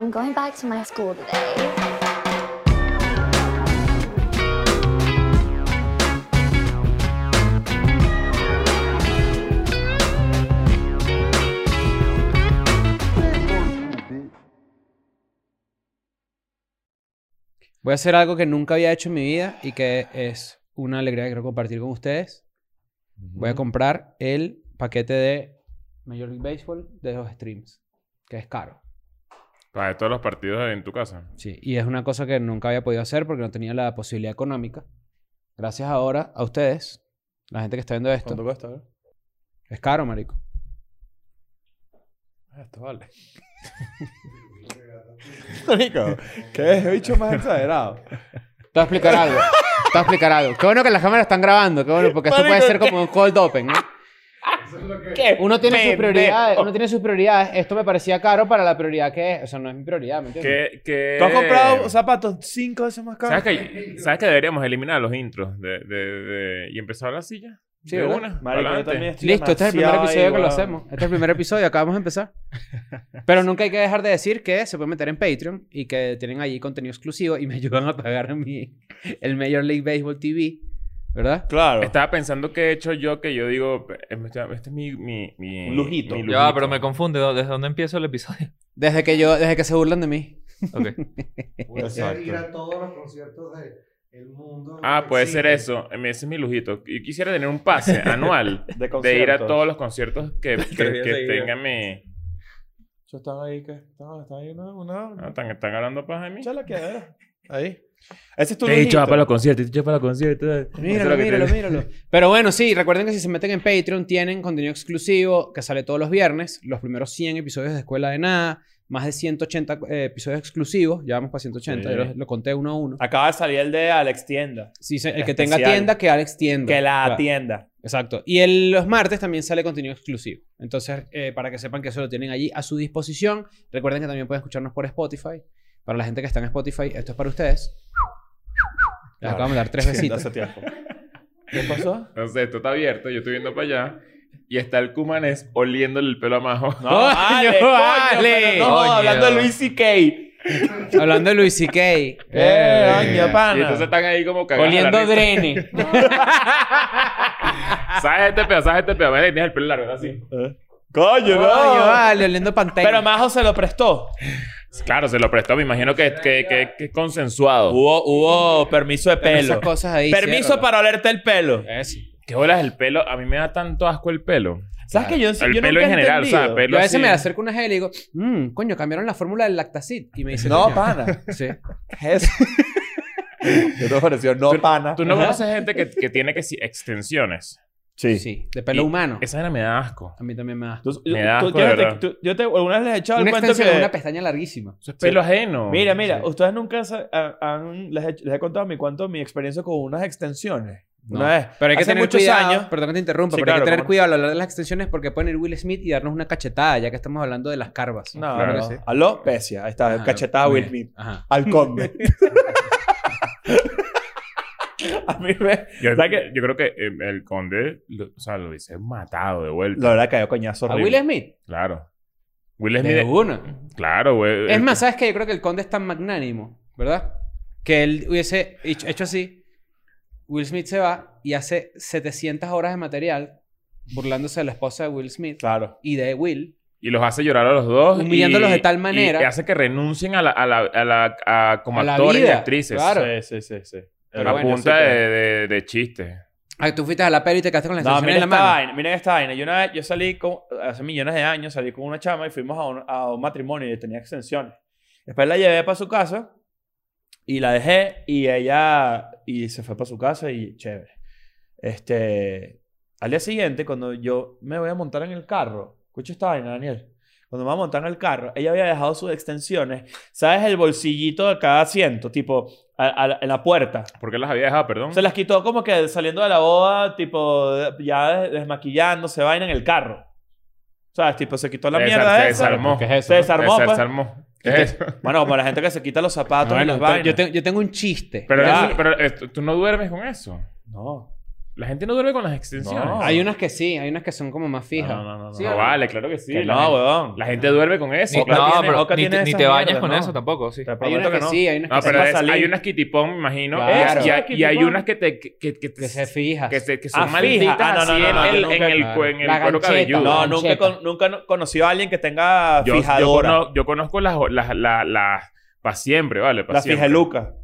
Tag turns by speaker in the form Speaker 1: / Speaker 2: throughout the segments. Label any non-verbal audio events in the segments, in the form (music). Speaker 1: I'm going back to my school today.
Speaker 2: Voy a hacer algo que nunca había hecho en mi vida y que es una alegría que quiero compartir con ustedes. Voy a comprar el paquete de Major League Baseball de los streams, que es caro.
Speaker 3: Para todos los partidos en tu casa.
Speaker 2: Sí, y es una cosa que nunca había podido hacer porque no tenía la posibilidad económica. Gracias ahora a ustedes, la gente que está viendo esto.
Speaker 4: ¿Cuánto cuesta? eh?
Speaker 2: Es caro, marico.
Speaker 4: Esto vale. Nico, ¿qué es bicho más exagerado?
Speaker 2: Te voy a explicar algo. Te voy a explicar algo. Qué bueno que las cámaras están grabando, qué bueno, porque esto puede
Speaker 4: Marico,
Speaker 2: ser como un cold open, ¿no? Uno tiene sus
Speaker 4: pendejo.
Speaker 2: prioridades, uno tiene sus prioridades. Esto me parecía caro para la prioridad que es. O sea, no es mi prioridad, ¿me entiendes?
Speaker 3: ¿Qué, qué...
Speaker 2: Eh.
Speaker 4: ¿Tú has comprado zapatos cinco veces más caros?
Speaker 3: ¿Sabes que, ¿Sabes que deberíamos eliminar los intros de, de, de- y empezar la silla?
Speaker 2: Sí,
Speaker 3: de
Speaker 2: ¿verdad?
Speaker 3: una.
Speaker 4: Marico, yo
Speaker 3: pa'lante.
Speaker 4: también estoy
Speaker 2: Listo, este es el primer
Speaker 4: demasiado
Speaker 2: episodio que lo
Speaker 4: igual.
Speaker 2: hacemos. Este es el primer episodio, acabamos de empezar. Pero nunca hay que dejar de decir que se pueden meter en Patreon y que tienen allí contenido exclusivo y me ayudan a pagar mi, el Major League Baseball TV, ¿verdad?
Speaker 4: Claro.
Speaker 3: Estaba pensando que he hecho yo que yo digo, eh, este este es mi... mi, mi
Speaker 4: Un lujito.
Speaker 3: mi
Speaker 5: Ya, va, pero me confunde. ¿dó- ¿Desde dónde empiezo el
Speaker 4: (laughs)
Speaker 5: episodio?
Speaker 2: Desde que yo, desde que se burlan de mí.
Speaker 5: Ok.
Speaker 6: Puede ir
Speaker 4: Exacto.
Speaker 6: a todos los conciertos de el mundo.
Speaker 3: Ah, puede
Speaker 6: Sí.
Speaker 3: ser eso. Em, Ese es mi lujito. Yo quisiera tener un pase anual
Speaker 4: De,
Speaker 3: de ir a
Speaker 4: conciertos.
Speaker 3: todos los conciertos que, que,
Speaker 5: Tres días
Speaker 3: que
Speaker 5: seguidos.
Speaker 3: tenga mi...
Speaker 4: Yo estaba ahí, que Estaba, estaba ahí una...
Speaker 3: Ah,
Speaker 4: una...
Speaker 3: ¿Están, están hablando paja de mí?
Speaker 4: Echa la quedadera. Ahí. Ese es tu
Speaker 3: Te he dicho,
Speaker 4: lujito.
Speaker 3: va para los conciertos, te he dicho "Ah, para los conciertos.
Speaker 2: Míralo, míralo, míralo. Pero bueno, sí, recuerden que si se meten en Patreon tienen contenido exclusivo que sale todos los viernes, los primeros 100 episodios de Escuela de Nada, más de 180 eh, episodios exclusivos, ya vamos para 180,
Speaker 3: Sí.
Speaker 2: yo lo, lo conté uno a uno.
Speaker 4: Acaba de salir el de Alex Tienda.
Speaker 2: Sí, se- el que tenga
Speaker 4: Especial.
Speaker 2: tienda, que Alex tienda.
Speaker 4: Que la
Speaker 2: Claro.
Speaker 4: tienda.
Speaker 2: Exacto. Y el- los martes también sale contenido exclusivo. Entonces, eh, para que sepan que eso lo tienen allí a su disposición. Recuerden que también pueden escucharnos por Spotify. Para la gente que está en Spotify, esto es para ustedes. Les
Speaker 4: Claro.
Speaker 2: acabamos de dar
Speaker 4: (laughs)
Speaker 2: tres besitos. (laughs)
Speaker 4: Hace tiempo. ¿Qué pasó?
Speaker 3: Entonces, esto está abierto, yo estoy viendo para allá. Y está el Cumanés oliéndole el pelo a Majo.
Speaker 4: No,
Speaker 2: Coño,
Speaker 4: Ale, coño,
Speaker 2: Ale.
Speaker 4: pero no,
Speaker 5: Coño.
Speaker 4: hablando de Luis C.K.
Speaker 2: Hablando de Luis C.K.
Speaker 4: Eh,
Speaker 2: Eh,
Speaker 4: coño,
Speaker 3: (laughs)
Speaker 4: pana.
Speaker 3: Y entonces están ahí como cagados.
Speaker 2: Oliendo drene.
Speaker 3: ¿Sabes este pedo? ¿Sabes este pedo? Mira, tienes el pelo largo, así.
Speaker 4: Eh. (laughs)
Speaker 2: Coño,
Speaker 4: Coño, no.
Speaker 2: vale, oliendo pantalla.
Speaker 4: Pero Majo se lo prestó.
Speaker 3: Claro, se lo prestó. Me imagino que es que, que, que es consensuado.
Speaker 4: Hubo, hubo permiso de
Speaker 2: Esas
Speaker 4: pelo.
Speaker 2: cosas ahí.
Speaker 4: Permiso
Speaker 2: ciérralo.
Speaker 4: para olerte el pelo.
Speaker 2: Eso.
Speaker 3: ¿Qué bolas el pelo? A mí me da tanto asco el pelo.
Speaker 4: ¿Sabes que yo, yo
Speaker 3: el
Speaker 4: nunca
Speaker 3: pelo
Speaker 4: he
Speaker 3: en general,
Speaker 4: entendido?
Speaker 3: ¿sabes? Pelo
Speaker 2: Yo a veces
Speaker 3: así.
Speaker 2: me acerco a una gel y digo, mmm, coño, cambiaron la fórmula del Lactacid. Y me dice,
Speaker 4: No,
Speaker 2: "Coño".
Speaker 4: pana.
Speaker 2: (laughs) Sí.
Speaker 4: ¿Qué es eso? Yo te ofreció no pana.
Speaker 3: Tú no
Speaker 2: Ajá.
Speaker 3: conoces gente que, que tiene que sí, extensiones.
Speaker 4: Sí.
Speaker 2: Sí, de pelo
Speaker 3: Y
Speaker 2: humano.
Speaker 3: Esa era me da asco.
Speaker 2: A mí también me da.
Speaker 4: Tú-
Speaker 3: Me
Speaker 4: yo-
Speaker 3: da
Speaker 4: tú-
Speaker 3: asco,
Speaker 4: yo
Speaker 3: de
Speaker 4: te-
Speaker 3: verdad.
Speaker 4: tú- yo te alguna vez les he echado el
Speaker 2: Una
Speaker 4: cuento
Speaker 2: extensión,
Speaker 4: que...
Speaker 2: una pestaña larguísima.
Speaker 3: Eso es pelo ajeno.
Speaker 4: Mira, mira, ustedes nunca sa- han, han- les, he, les he contado mi cuento, mi experiencia con unas extensiones.
Speaker 2: No.
Speaker 4: Una vez.
Speaker 2: Pero hay que
Speaker 4: Hace
Speaker 2: tener
Speaker 4: muchos
Speaker 2: cuidado,
Speaker 4: años.
Speaker 2: Perdón que te interrumpa,
Speaker 4: Sí,
Speaker 2: pero hay que
Speaker 4: claro,
Speaker 2: tener
Speaker 4: cómo no.
Speaker 2: cuidado al hablar de las extensiones porque pueden ir Will Smith y darnos una cachetada, ya que estamos hablando de las carvas.
Speaker 4: No,
Speaker 3: Claro
Speaker 4: no.
Speaker 3: que sí.
Speaker 4: Aló, Pesia. Ahí está,
Speaker 2: Ajá,
Speaker 4: cachetada a
Speaker 2: muy
Speaker 4: Will
Speaker 2: bien.
Speaker 4: Smith.
Speaker 2: Ajá.
Speaker 4: Al conde. (laughs) a mí me.
Speaker 3: Yo,
Speaker 4: ¿Sabes qué?
Speaker 3: yo creo que eh, el conde, lo- o sea, lo dice matado de vuelta.
Speaker 4: La verdad cayó coñazo
Speaker 2: ¿A
Speaker 4: horrible.
Speaker 2: Will Smith?
Speaker 3: Claro. Will
Speaker 2: De
Speaker 3: Smith.
Speaker 2: una.
Speaker 3: Claro, güey.
Speaker 2: Es más, ¿sabes qué? Yo creo que el conde es tan magnánimo, ¿verdad? Que él hubiese hecho hecho así. Will Smith se va y hace 700 horas de material burlándose de la esposa de Will Smith
Speaker 4: Claro.
Speaker 2: y de Will.
Speaker 3: Y los hace llorar a los dos.
Speaker 2: Humillándolos
Speaker 3: y-
Speaker 2: de tal manera.
Speaker 3: Y hace que renuncien a la, a la, a la, a- como
Speaker 2: A la
Speaker 3: actores y
Speaker 2: vida,
Speaker 3: actrices.
Speaker 2: claro.
Speaker 4: Sí, sí, sí. sí.
Speaker 3: A
Speaker 2: Pero
Speaker 3: la
Speaker 2: bueno,
Speaker 3: punta
Speaker 4: sí,
Speaker 3: de,
Speaker 4: pero-
Speaker 3: de, de chistes.
Speaker 2: Ah, tú fuiste a la peli y te quedaste con la
Speaker 4: No,
Speaker 2: extensión
Speaker 4: mira
Speaker 2: en la
Speaker 4: esta
Speaker 2: mano.
Speaker 4: vaina, mira esta vaina. Yo una vez, yo salí con, hace millones de años, salí con una chama y fuimos a un, a un matrimonio y tenía extensiones. Después la llevé para su casa y la dejé y ella y se fue para su casa y chévere. Este, al día siguiente, cuando yo me voy a montar en el carro, escucha esta vaina, Daniel. Cuando me voy a montar en el carro, ella había dejado sus extensiones, ¿sabes? El bolsillito de cada asiento, tipo, a- a la- en la puerta.
Speaker 3: ¿Por qué las había dejado, perdón?
Speaker 4: Se las quitó como que saliendo de la boda, tipo, ya des- desmaquillándose, vaina en el carro. ¿Sabes? Tipo, se quitó la
Speaker 3: Se
Speaker 4: mierda
Speaker 3: desa- se
Speaker 4: esa.
Speaker 3: desarmó.
Speaker 2: ¿Qué es eso?
Speaker 4: Se desarmó,
Speaker 3: Se
Speaker 4: pues.
Speaker 3: desarmó. ¿Qué es eso?
Speaker 4: Bueno, para la gente que se quita Ah, los zapatos
Speaker 2: Bueno,
Speaker 4: y las
Speaker 2: pero
Speaker 4: vainas.
Speaker 2: yo, te- yo tengo un chiste.
Speaker 3: Pero,
Speaker 4: Ya.
Speaker 3: eso- pero esto- tú no duermes con eso.
Speaker 4: No.
Speaker 3: La gente no duerme con las extensiones.
Speaker 4: No.
Speaker 2: Hay unas que sí, hay unas que son como más fijas.
Speaker 3: No, no, no, no,
Speaker 2: Sí,
Speaker 3: no,
Speaker 2: ¿o no?
Speaker 3: vale, claro que sí.
Speaker 4: Que
Speaker 3: la,
Speaker 4: no,
Speaker 3: gente,
Speaker 4: weón.
Speaker 3: la gente duerme con eso.
Speaker 5: Ni,
Speaker 3: claro.
Speaker 5: no,
Speaker 4: tiene-
Speaker 5: pero
Speaker 4: Oca
Speaker 5: ni,
Speaker 4: tiene
Speaker 5: te- ni
Speaker 4: esas
Speaker 5: te bañas
Speaker 4: mierdas,
Speaker 5: con
Speaker 4: no.
Speaker 5: eso tampoco, sí.
Speaker 4: Te
Speaker 2: Hay
Speaker 4: prometo
Speaker 2: unas que,
Speaker 4: que no.
Speaker 2: sí, hay unas que
Speaker 3: No, Ah,
Speaker 2: sí,
Speaker 3: pero
Speaker 4: para
Speaker 3: es-
Speaker 4: salir.
Speaker 3: hay unas kitipón, me imagino.
Speaker 2: Claro.
Speaker 3: Y, hay- y hay
Speaker 4: Kitipón.
Speaker 3: unas que te que, que- que te-
Speaker 2: que se fijan.
Speaker 3: que se- que son
Speaker 4: Ah,
Speaker 3: malditas
Speaker 4: fija. Ah, no, no,
Speaker 3: así
Speaker 4: no,
Speaker 3: en
Speaker 4: no,
Speaker 3: el,
Speaker 4: nunca-
Speaker 3: en el,
Speaker 2: claro.
Speaker 3: cue- en el
Speaker 2: La
Speaker 3: cuero
Speaker 2: gancheta.
Speaker 3: cabelludo.
Speaker 4: No,
Speaker 2: Gancheta.
Speaker 4: nunca, he con- nunca he conocido a alguien que tenga
Speaker 3: yo, yo
Speaker 4: fijadora.
Speaker 3: cono- yo conozco las, las, las, para siempre, ¿vale? Pa'
Speaker 4: la
Speaker 3: siempre.
Speaker 4: fijeluca.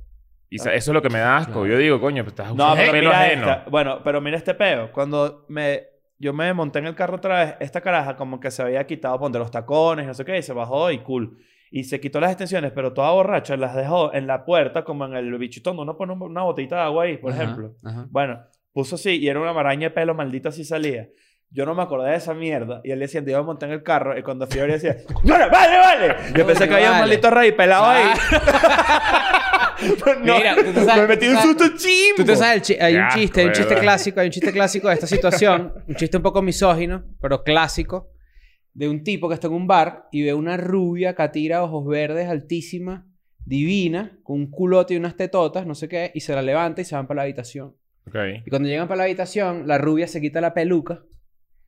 Speaker 3: Y sa- eso es lo que me da asco.
Speaker 2: Claro.
Speaker 3: Yo digo, coño, pues estás
Speaker 4: No,
Speaker 3: usando
Speaker 4: pero
Speaker 3: pelo
Speaker 4: mira
Speaker 3: ajeno.
Speaker 4: esta. Bueno, pero mira este peo. Cuando me, yo me monté en el carro otra vez, esta caraja como que se había quitado ponte los tacones, no sé qué, y se bajó y cool. Y se quitó las extensiones, pero toda borracha las dejó en la puerta, como en el bichito donde uno pone un- una botellita de agua ahí, por
Speaker 2: Ajá,
Speaker 4: ejemplo.
Speaker 2: ajá.
Speaker 4: Bueno, puso así y era una maraña de pelo maldita así salía. Yo no me acordé de esa mierda. Y él decía, yo me monté en el carro y cuando fui a abrir decía, ¡Vale, vale, vale! Yo pensé
Speaker 2: Coño,
Speaker 4: que había un
Speaker 2: vale.
Speaker 4: maldito rey pelado
Speaker 2: Ah.
Speaker 4: (laughs) ahí. Pues No,
Speaker 2: Mira, tú te sabes-
Speaker 4: (laughs) me metí
Speaker 2: tú
Speaker 4: un
Speaker 2: sabes-
Speaker 4: susto chimbo.
Speaker 2: Tú te sabes, el chi- hay
Speaker 3: Qué
Speaker 2: un
Speaker 3: asco,
Speaker 2: chiste, hay un
Speaker 3: de
Speaker 2: chiste
Speaker 3: verdad.
Speaker 2: clásico, hay un chiste clásico de esta situación,
Speaker 3: (laughs)
Speaker 2: un chiste un poco misógino, pero clásico, de un tipo que está en un bar y ve una rubia catira ojos verdes, altísima, divina, con un culote y unas tetotas, no sé qué, y se la levanta y se van para la habitación.
Speaker 3: Ok.
Speaker 2: Y cuando llegan para la habitación, la rubia se quita la peluca,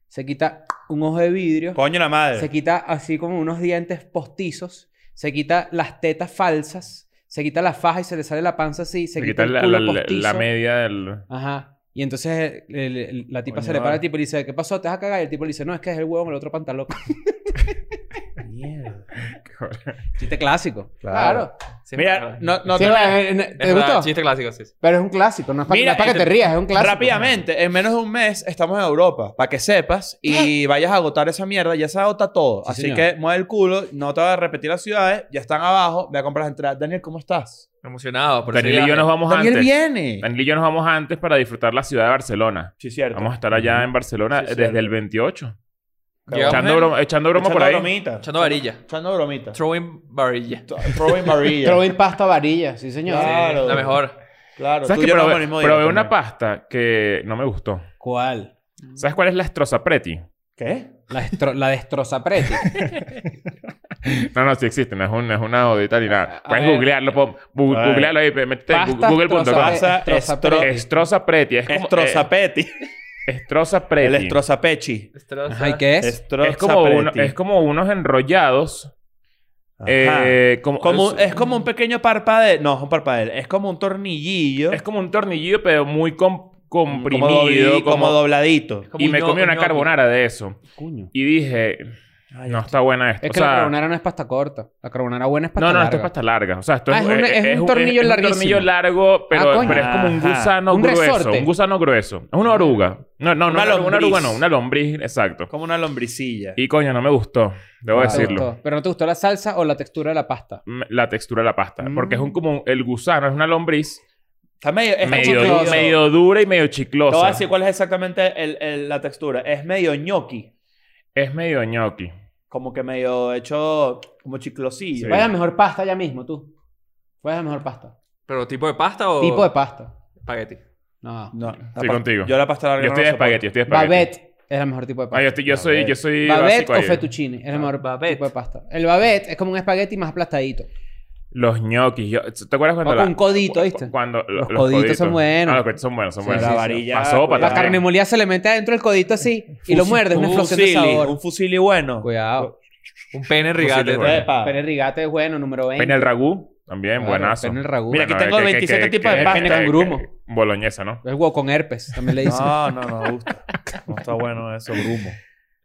Speaker 2: se quita un ojo de vidrio,
Speaker 4: Coño la madre.
Speaker 2: se quita así como unos dientes postizos, se quita las tetas falsas, se quita la faja y se le sale la panza así, se
Speaker 3: Me
Speaker 2: quita
Speaker 3: quitas
Speaker 2: el culo
Speaker 3: la, la- la-
Speaker 2: postizo.
Speaker 3: la media del...
Speaker 2: Ajá. Y entonces el- el- el- la tipa
Speaker 4: Coño,
Speaker 2: se le para
Speaker 4: vale.
Speaker 2: al tipo y le dice, ¿qué pasó? ¿Te vas a cagar? Y el tipo le dice, no, es que es el huevo en el otro pantalón. Chiste clásico.
Speaker 4: Claro.
Speaker 5: Sí,
Speaker 4: Mira,
Speaker 5: claro.
Speaker 2: No, no
Speaker 5: Sí,
Speaker 2: te-
Speaker 5: es
Speaker 2: eh, eh, ¿te
Speaker 5: verdad,
Speaker 2: gustó?
Speaker 5: chiste clásico, sí. sí.
Speaker 2: Pero es un clásico, no es para
Speaker 4: Mira,
Speaker 2: que te
Speaker 4: este-
Speaker 2: rías, es un clásico.
Speaker 4: Rápidamente, en menos de un mes estamos en Europa, para que sepas y vayas a agotar esa mierda, ya se agota todo.
Speaker 2: Sí,
Speaker 4: Así
Speaker 2: señor.
Speaker 4: que mueve el culo, no te voy a repetir las ciudades, ya están abajo, ve a comprar las entradas. Daniel, ¿cómo estás?
Speaker 5: Emocionado. Por
Speaker 3: Daniel y yo nos vamos
Speaker 4: Daniel
Speaker 3: antes.
Speaker 4: viene.
Speaker 3: Daniel y yo nos vamos antes para disfrutar la ciudad de Barcelona.
Speaker 4: Sí, cierto.
Speaker 3: Vamos a estar allá en Barcelona
Speaker 4: Sí,
Speaker 3: eh,
Speaker 4: cierto.
Speaker 3: desde el 28.
Speaker 5: Llegamos
Speaker 3: Echando
Speaker 5: en-
Speaker 3: broma, echando broma
Speaker 4: Echando
Speaker 3: por ahí.
Speaker 4: bromita.
Speaker 5: Echando varilla.
Speaker 4: Echando bromita.
Speaker 5: Throwing varilla.
Speaker 4: Throwing varilla.
Speaker 2: Throwing pasta varilla, sí señor.
Speaker 4: Ah. Claro.
Speaker 5: Sí, La mejor.
Speaker 4: Claro.
Speaker 3: ¿Sabes
Speaker 4: tú
Speaker 3: que
Speaker 4: y yo nos
Speaker 3: probé,
Speaker 4: vamos al mismo día
Speaker 3: probé una
Speaker 4: también.
Speaker 3: pasta que no me gustó?
Speaker 2: ¿Cuál?
Speaker 3: ¿Sabes cuál es la estroza preti?
Speaker 4: ¿Qué?
Speaker 2: La, estro- la destroza preti.
Speaker 3: No, no, sí existe, no es, un- no es una odita ni
Speaker 2: A-
Speaker 3: nada.
Speaker 2: a
Speaker 3: Puedes
Speaker 2: ver.
Speaker 3: googlearlo, pon- bu-
Speaker 4: A ver.
Speaker 3: googlearlo ahí, pe- métete en
Speaker 2: Pasta
Speaker 3: google.com.
Speaker 4: Pasa
Speaker 2: estroza
Speaker 4: estro-
Speaker 2: preti.
Speaker 3: Estroza preti, es como eh,
Speaker 4: Estrozapeti.
Speaker 3: estroza preti.
Speaker 4: El estrozapechi.
Speaker 5: Destroza.
Speaker 2: Ajá, ¿y qué es?
Speaker 3: es como, uno- es como unos enrollados. eh, como,
Speaker 4: Como,
Speaker 3: es,
Speaker 4: es como un pequeño parpadeo. No, es un parpadeo. Es como un tornillillo.
Speaker 3: es como un tornillillo, pero muy com- comprimido.
Speaker 4: como, dobli-
Speaker 3: como-
Speaker 4: como dobladito.
Speaker 5: Es como
Speaker 3: y
Speaker 5: un
Speaker 3: me
Speaker 5: ño-
Speaker 3: comí una
Speaker 5: ñoqui.
Speaker 3: carbonara de eso.
Speaker 2: Cuño.
Speaker 3: Y dije, no está buena esto.
Speaker 2: Es
Speaker 3: O
Speaker 2: que
Speaker 3: sea,
Speaker 2: la carbonara no es pasta corta. La carbonara buena es pasta
Speaker 3: no, no, esto
Speaker 2: larga.
Speaker 3: es pasta larga. O sea, esto
Speaker 2: Ah, es un- es un tornillo
Speaker 3: es
Speaker 2: larguísimo.
Speaker 3: un tornillo largo, pero,
Speaker 2: Ah, coño.
Speaker 3: pero es como un
Speaker 4: Ajá.
Speaker 3: gusano
Speaker 2: Un
Speaker 3: grueso.
Speaker 2: resorte.
Speaker 3: Un gusano grueso. Es una oruga. No, no,
Speaker 4: Una
Speaker 3: no, no, una
Speaker 4: lombriz.
Speaker 3: oruga no. Una lombriz, exacto.
Speaker 4: Como una lombricilla.
Speaker 3: Y coño, no me gustó. Debo
Speaker 2: Ah, te
Speaker 3: decirlo.
Speaker 2: gustó. Pero no te gustó la salsa o la textura de la pasta.
Speaker 3: Me- La textura de la pasta.
Speaker 2: Mm.
Speaker 3: Porque es un, como un- el gusano, es una lombriz
Speaker 4: Está medio. Es
Speaker 3: medio,
Speaker 4: como
Speaker 2: chicloso.
Speaker 3: medio dura y medio
Speaker 4: Te voy a
Speaker 3: chiclosa.
Speaker 4: decir cuál es exactamente el- el- la textura. Es medio ñoqui.
Speaker 3: Es medio ñoqui.
Speaker 4: Como que medio hecho. Como chiclosillo.
Speaker 3: Sí.
Speaker 2: ¿Cuál es la mejor pasta ya mismo, tú? ¿Cuál es la mejor pasta?
Speaker 5: ¿Pero tipo de pasta o...?
Speaker 2: Tipo de pasta.
Speaker 5: Espagueti.
Speaker 2: No.
Speaker 4: No, la
Speaker 3: Estoy
Speaker 4: pa-
Speaker 3: contigo.
Speaker 4: Yo la pasta larga.
Speaker 3: Yo
Speaker 4: no
Speaker 3: estoy
Speaker 4: la
Speaker 3: de
Speaker 4: soporto.
Speaker 3: espagueti, yo estoy de espagueti.
Speaker 2: Babette es la mejor tipo de pasta.
Speaker 3: Ah, yo, estoy- yo soy, yo soy
Speaker 2: Babette
Speaker 3: básico
Speaker 2: o
Speaker 3: ahí.
Speaker 2: fettuccine es el mejor
Speaker 5: Babette.
Speaker 2: tipo de pasta. El babette es como un espagueti más aplastadito.
Speaker 3: Los ñoquis. yo- ¿Te acuerdas cuando
Speaker 2: O
Speaker 3: la-
Speaker 2: con codito, ¿viste?
Speaker 3: Cuando
Speaker 2: Los coditos son buenos.
Speaker 3: Ah, los coditos son buenos, son
Speaker 2: Sí,
Speaker 3: buenos.
Speaker 2: sí, sí.
Speaker 4: La varilla,
Speaker 3: La sopa
Speaker 4: cuidado.
Speaker 2: La
Speaker 3: también.
Speaker 2: carne molida se le mete adentro el codito así y
Speaker 4: Fusi-
Speaker 2: lo muerde, una
Speaker 4: un
Speaker 2: explosión de
Speaker 4: fusili,
Speaker 2: sabor.
Speaker 4: Un fusili bueno.
Speaker 2: Cuidado.
Speaker 5: Un pene
Speaker 3: sí,
Speaker 5: rigate.
Speaker 3: es bueno.
Speaker 4: Epa.
Speaker 2: Pene rigate es bueno, número 20.
Speaker 3: Pene Ah. el ragú, también,
Speaker 2: Claro,
Speaker 3: buenazo.
Speaker 2: Pene el ragú.
Speaker 4: Mira, aquí tengo 27 tipos de
Speaker 2: pasta. Pene con grumo.
Speaker 3: Boloñesa, ¿no?
Speaker 2: El huevo con herpes, también le
Speaker 3: (laughs)
Speaker 2: dicen.
Speaker 4: No, no, no me gusta. (laughs) No está bueno eso, grumo.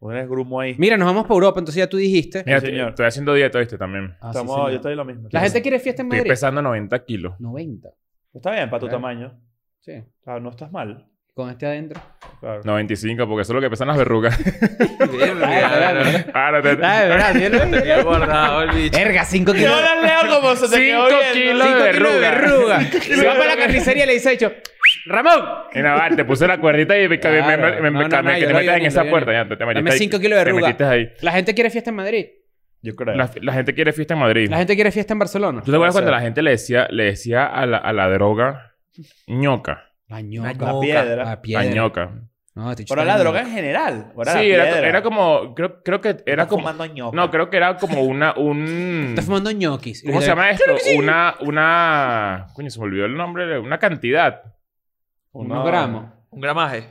Speaker 4: Pones grumo ahí.
Speaker 2: Mira, nos vamos para Europa, entonces ya tú dijiste.
Speaker 3: Mira,
Speaker 4: Sí,
Speaker 3: te-
Speaker 4: señor.
Speaker 3: estoy haciendo dieta, ¿viste? También.
Speaker 2: Ah, sí,
Speaker 4: Estamos,
Speaker 2: señor.
Speaker 4: yo estoy lo mismo.
Speaker 2: La gente quiere fiesta en
Speaker 3: Estoy
Speaker 2: Madrid.
Speaker 3: pesando 90 (laughs) kilos.
Speaker 2: 90.
Speaker 4: Está bien para tu
Speaker 2: Claro.
Speaker 4: tamaño.
Speaker 2: Sí.
Speaker 4: Claro, no estás mal.
Speaker 2: Con este adentro.
Speaker 4: Claro.
Speaker 3: 95, porque eso es lo que pesan las verrugas.
Speaker 2: (laughs)
Speaker 3: (laughs)
Speaker 5: Tenía
Speaker 3: Ahora te...
Speaker 2: Ah, de verdad, dilo.
Speaker 3: (laughs)
Speaker 5: guardado el bicho.
Speaker 2: Verga, 5
Speaker 4: Yo
Speaker 2: kilos.
Speaker 4: las leo como se te quedó
Speaker 3: Cinco
Speaker 4: viendo.
Speaker 3: kilos
Speaker 4: Cinco
Speaker 3: de
Speaker 2: kilos de
Speaker 3: verruga. (laughs)
Speaker 2: verruga. Y va para la carnicería y le dice hecho, Ramón,
Speaker 3: Y nada, te puse la cuerdita y me,
Speaker 2: Claro.
Speaker 3: me, me,
Speaker 2: No,
Speaker 3: me-
Speaker 2: no,
Speaker 3: me-
Speaker 2: no,
Speaker 3: que
Speaker 2: yo
Speaker 3: te
Speaker 2: lo
Speaker 3: metes
Speaker 2: vi,
Speaker 3: en
Speaker 2: yo
Speaker 3: esa
Speaker 2: lo vi.
Speaker 3: puerta. Ya, te, te metiste
Speaker 2: dame
Speaker 3: ahí.
Speaker 2: 5 kilos de
Speaker 3: Te
Speaker 2: verruga.
Speaker 3: metiste ahí.
Speaker 2: La gente quiere fiesta en Madrid.
Speaker 4: Yo creo.
Speaker 3: La, la gente quiere fiesta en Madrid.
Speaker 2: La gente quiere fiesta en Barcelona.
Speaker 3: ¿Tú te acuerdas
Speaker 4: Puede
Speaker 3: cuando
Speaker 4: ser.
Speaker 3: la gente le decía, le decía a, la, a la droga ñoca?
Speaker 2: La ñoca.
Speaker 4: La piedra.
Speaker 2: La
Speaker 3: A
Speaker 2: piedra.
Speaker 3: ñoca.
Speaker 2: No, este
Speaker 4: Pero
Speaker 2: chico
Speaker 4: la
Speaker 2: está
Speaker 4: droga
Speaker 2: bien.
Speaker 4: en general. Ahora
Speaker 3: Sí,
Speaker 4: la
Speaker 3: era,
Speaker 4: piedra.
Speaker 3: era como, creo, creo que era
Speaker 4: Estás
Speaker 3: como,
Speaker 4: fumando ñoca.
Speaker 3: no, creo que era como una, un,
Speaker 2: Está fumando ñoquis.
Speaker 3: ¿cómo se llama esto? Una, una, coño, se me olvidó el nombre, una cantidad.
Speaker 2: Unos gramos.
Speaker 5: Un gramaje.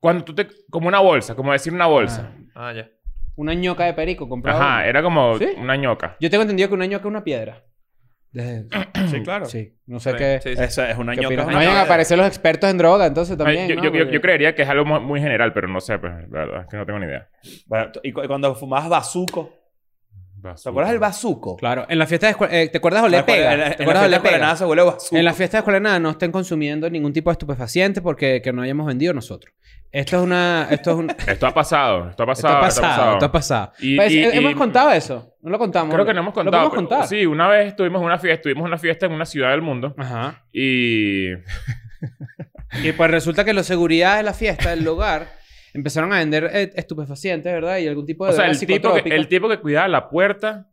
Speaker 3: Cuando tú te... Como una bolsa, como decir una bolsa.
Speaker 5: Ah, ya.
Speaker 2: Una ñoca de perico comprada.
Speaker 3: Ajá, eh. era como
Speaker 2: ¿Sí?
Speaker 3: una ñoca.
Speaker 2: Yo tengo entendido que una ñoca es una piedra. Desde-
Speaker 4: Sí, claro.
Speaker 2: Sí, no sé
Speaker 5: Sí,
Speaker 2: qué.
Speaker 5: sí, sí.
Speaker 4: Esa es una
Speaker 2: qué
Speaker 4: ñoca.
Speaker 2: opinas.
Speaker 4: es una
Speaker 2: No vayan Mm. a
Speaker 4: ñoca.
Speaker 2: aparecer los expertos en droga, entonces también.
Speaker 3: Ay, yo,
Speaker 2: ¿no?
Speaker 3: yo- yo-
Speaker 2: Porque-
Speaker 3: yo creería que es algo mu- muy general, pero no sé, pues, la verdad, es que no tengo ni idea.
Speaker 4: Bueno, tú- y cu- y cuando fumabas bazuco. ¿Te acuerdas del bazuco?
Speaker 2: Claro, en la fiesta de escuela. eh, ¿Te acuerdas de Olé Pega?
Speaker 4: En la,
Speaker 2: ¿Te
Speaker 4: en la
Speaker 2: acuerdas de
Speaker 4: fiesta
Speaker 2: Olé Pega? Ah,
Speaker 4: coreana se vuelve bazuco.
Speaker 2: En la fiesta de escuela de nada no estén consumiendo ningún tipo de estupefaciente porque que no hayamos vendido nosotros. Esto es una. Esto es
Speaker 3: (laughs)
Speaker 2: un. esto
Speaker 3: Esto ha pasado, esto ha pasado,
Speaker 2: ha pasado. Esto ha pasado.
Speaker 3: Y-
Speaker 2: Pues,
Speaker 3: y-
Speaker 2: eh, hemos
Speaker 3: y-
Speaker 2: contado eso. No lo contamos.
Speaker 3: Creo que no hemos
Speaker 2: Lo
Speaker 3: contado.
Speaker 2: podemos
Speaker 3: pero-
Speaker 2: contar.
Speaker 3: Sí, una vez tuvimos una fiesta, tuvimos una fiesta en una ciudad del mundo
Speaker 2: Ajá.
Speaker 3: y
Speaker 2: Y pues resulta que los seguridad de la fiesta, del lugar, empezaron a vender eh, estupefacientes, ¿verdad? Y algún tipo de.
Speaker 3: o sea,
Speaker 2: droga
Speaker 3: el tipo, que,
Speaker 2: psicotrópica.
Speaker 3: el tipo que cuidaba la puerta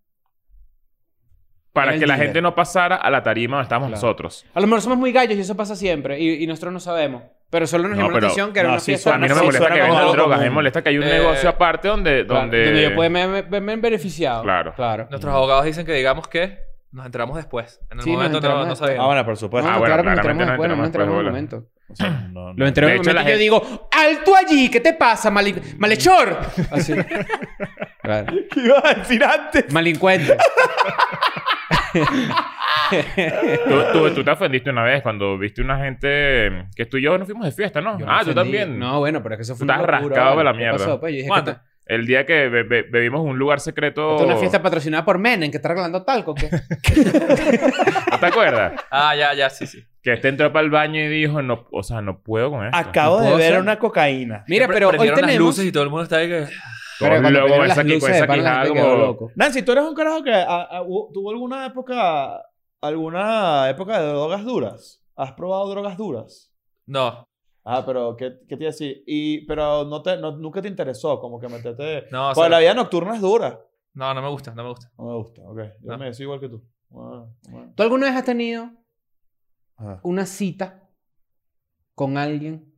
Speaker 3: para
Speaker 2: Era el
Speaker 3: que la
Speaker 2: dealer.
Speaker 3: gente no pasara a la tarima donde estábamos
Speaker 2: Claro.
Speaker 3: nosotros.
Speaker 2: A lo mejor somos muy gallos y eso pasa siempre. Y, y nosotros no sabemos. Pero solo nos
Speaker 3: No,
Speaker 2: llamó la
Speaker 3: pero-
Speaker 2: atención que era
Speaker 4: no,
Speaker 2: una
Speaker 4: sí,
Speaker 2: fiesta.
Speaker 3: a mí no me
Speaker 4: sí,
Speaker 3: molesta
Speaker 4: suena
Speaker 3: que
Speaker 4: como
Speaker 3: vendan
Speaker 4: algo
Speaker 3: drogas, a mí me
Speaker 4: común.
Speaker 3: molesta que hay un
Speaker 5: Eh,
Speaker 3: negocio aparte donde...
Speaker 2: Claro,
Speaker 3: donde...
Speaker 2: donde yo puedo verme verme beneficiado.
Speaker 3: Claro. Ah,
Speaker 2: Claro.
Speaker 5: Nuestros abogados dicen que digamos que nos enteramos después. En el
Speaker 2: Sí, nos
Speaker 5: momento no,
Speaker 2: enteramos
Speaker 5: no
Speaker 2: después.
Speaker 5: sabíamos.
Speaker 4: Ah, bueno, por supuesto.
Speaker 3: Ah,
Speaker 2: no,
Speaker 3: bueno,
Speaker 2: claro que nos
Speaker 3: claramente
Speaker 2: enteramos después, no
Speaker 3: nos
Speaker 2: nos enteramos en el
Speaker 3: enteramos
Speaker 2: momento.
Speaker 4: O sea, no-
Speaker 2: Lo
Speaker 4: no-
Speaker 2: enteré en
Speaker 3: De
Speaker 2: un
Speaker 3: hecho,
Speaker 2: momento
Speaker 3: la
Speaker 2: y yo digo, ¡alto allí! ¿Qué te pasa, mali-
Speaker 3: (laughs)
Speaker 2: malhechor?
Speaker 3: Ah,
Speaker 2: Así. Claro.
Speaker 4: ¿Qué (laughs) ibas a decir antes?
Speaker 2: Malincuente.
Speaker 3: Tú, tú- tú te ofendiste una vez cuando viste una gente que tú y yo nos fuimos de fiesta, ¿no?
Speaker 2: Yo me
Speaker 3: ah, tú
Speaker 2: ofendí.
Speaker 3: también.
Speaker 2: No, bueno, pero es que eso fue
Speaker 3: Tú
Speaker 2: una
Speaker 3: estás
Speaker 2: locura,
Speaker 3: rascado
Speaker 2: vale.
Speaker 3: de la
Speaker 2: ¿Qué
Speaker 3: mierda.
Speaker 2: pasó? Pues yo dije,
Speaker 5: ¿Cuánto?
Speaker 2: ¿qué tal?
Speaker 3: El día que be- be- bebimos en un lugar secreto...
Speaker 2: Esto es una
Speaker 3: Oh.
Speaker 2: fiesta patrocinada por Menem, que está regalando talco.
Speaker 3: (laughs)
Speaker 2: ¿qué?
Speaker 3: ¿No te acuerdas?
Speaker 5: Ah, ya, ya, sí, sí.
Speaker 3: Que este entró para el baño y dijo, no, o sea, no puedo con esto.
Speaker 4: Acabo de
Speaker 2: puedo
Speaker 4: ver
Speaker 2: hacer.
Speaker 4: una cocaína.
Speaker 2: Mira,
Speaker 5: Pre-
Speaker 2: pero hoy
Speaker 5: prendieron las
Speaker 2: tenemos...
Speaker 5: luces y todo el mundo está ahí que...
Speaker 3: Todo
Speaker 2: Pero cuando
Speaker 3: loco,
Speaker 2: prendieron
Speaker 3: esa
Speaker 2: las
Speaker 3: qui-
Speaker 2: luces,
Speaker 3: esa
Speaker 2: de pana, la gente
Speaker 3: quijada
Speaker 2: quedó
Speaker 3: como-
Speaker 2: loco.
Speaker 4: Nancy, tú eres un carajo que ah, ah, hubo- tuvo alguna época, alguna época de drogas duras. ¿Has probado drogas duras?
Speaker 5: No,
Speaker 4: Ah, pero ¿qué, qué te iba a decir? Y, pero no te, no- nunca te interesó, como que meterte...
Speaker 5: no, o
Speaker 4: Pues
Speaker 5: sea,
Speaker 4: la vida nocturna es dura.
Speaker 5: no, no me gusta, no me gusta.
Speaker 4: No me gusta, ok. Yo
Speaker 5: No.
Speaker 4: me decido igual que tú. Ah, bueno.
Speaker 2: ¿Tú alguna vez has tenido
Speaker 3: Ah.
Speaker 4: Ajá.
Speaker 2: una cita con alguien?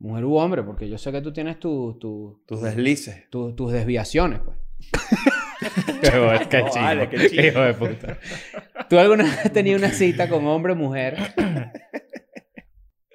Speaker 2: Mujer u hombre, porque yo sé que tú tienes tu- tu-
Speaker 4: Tus deslices.
Speaker 2: tu- tus desviaciones, pues.
Speaker 4: (laughs) qué No, vale, chido. qué chido. Hijo
Speaker 3: de puta.
Speaker 2: ¿Tú alguna vez has tenido una cita con hombre o mujer?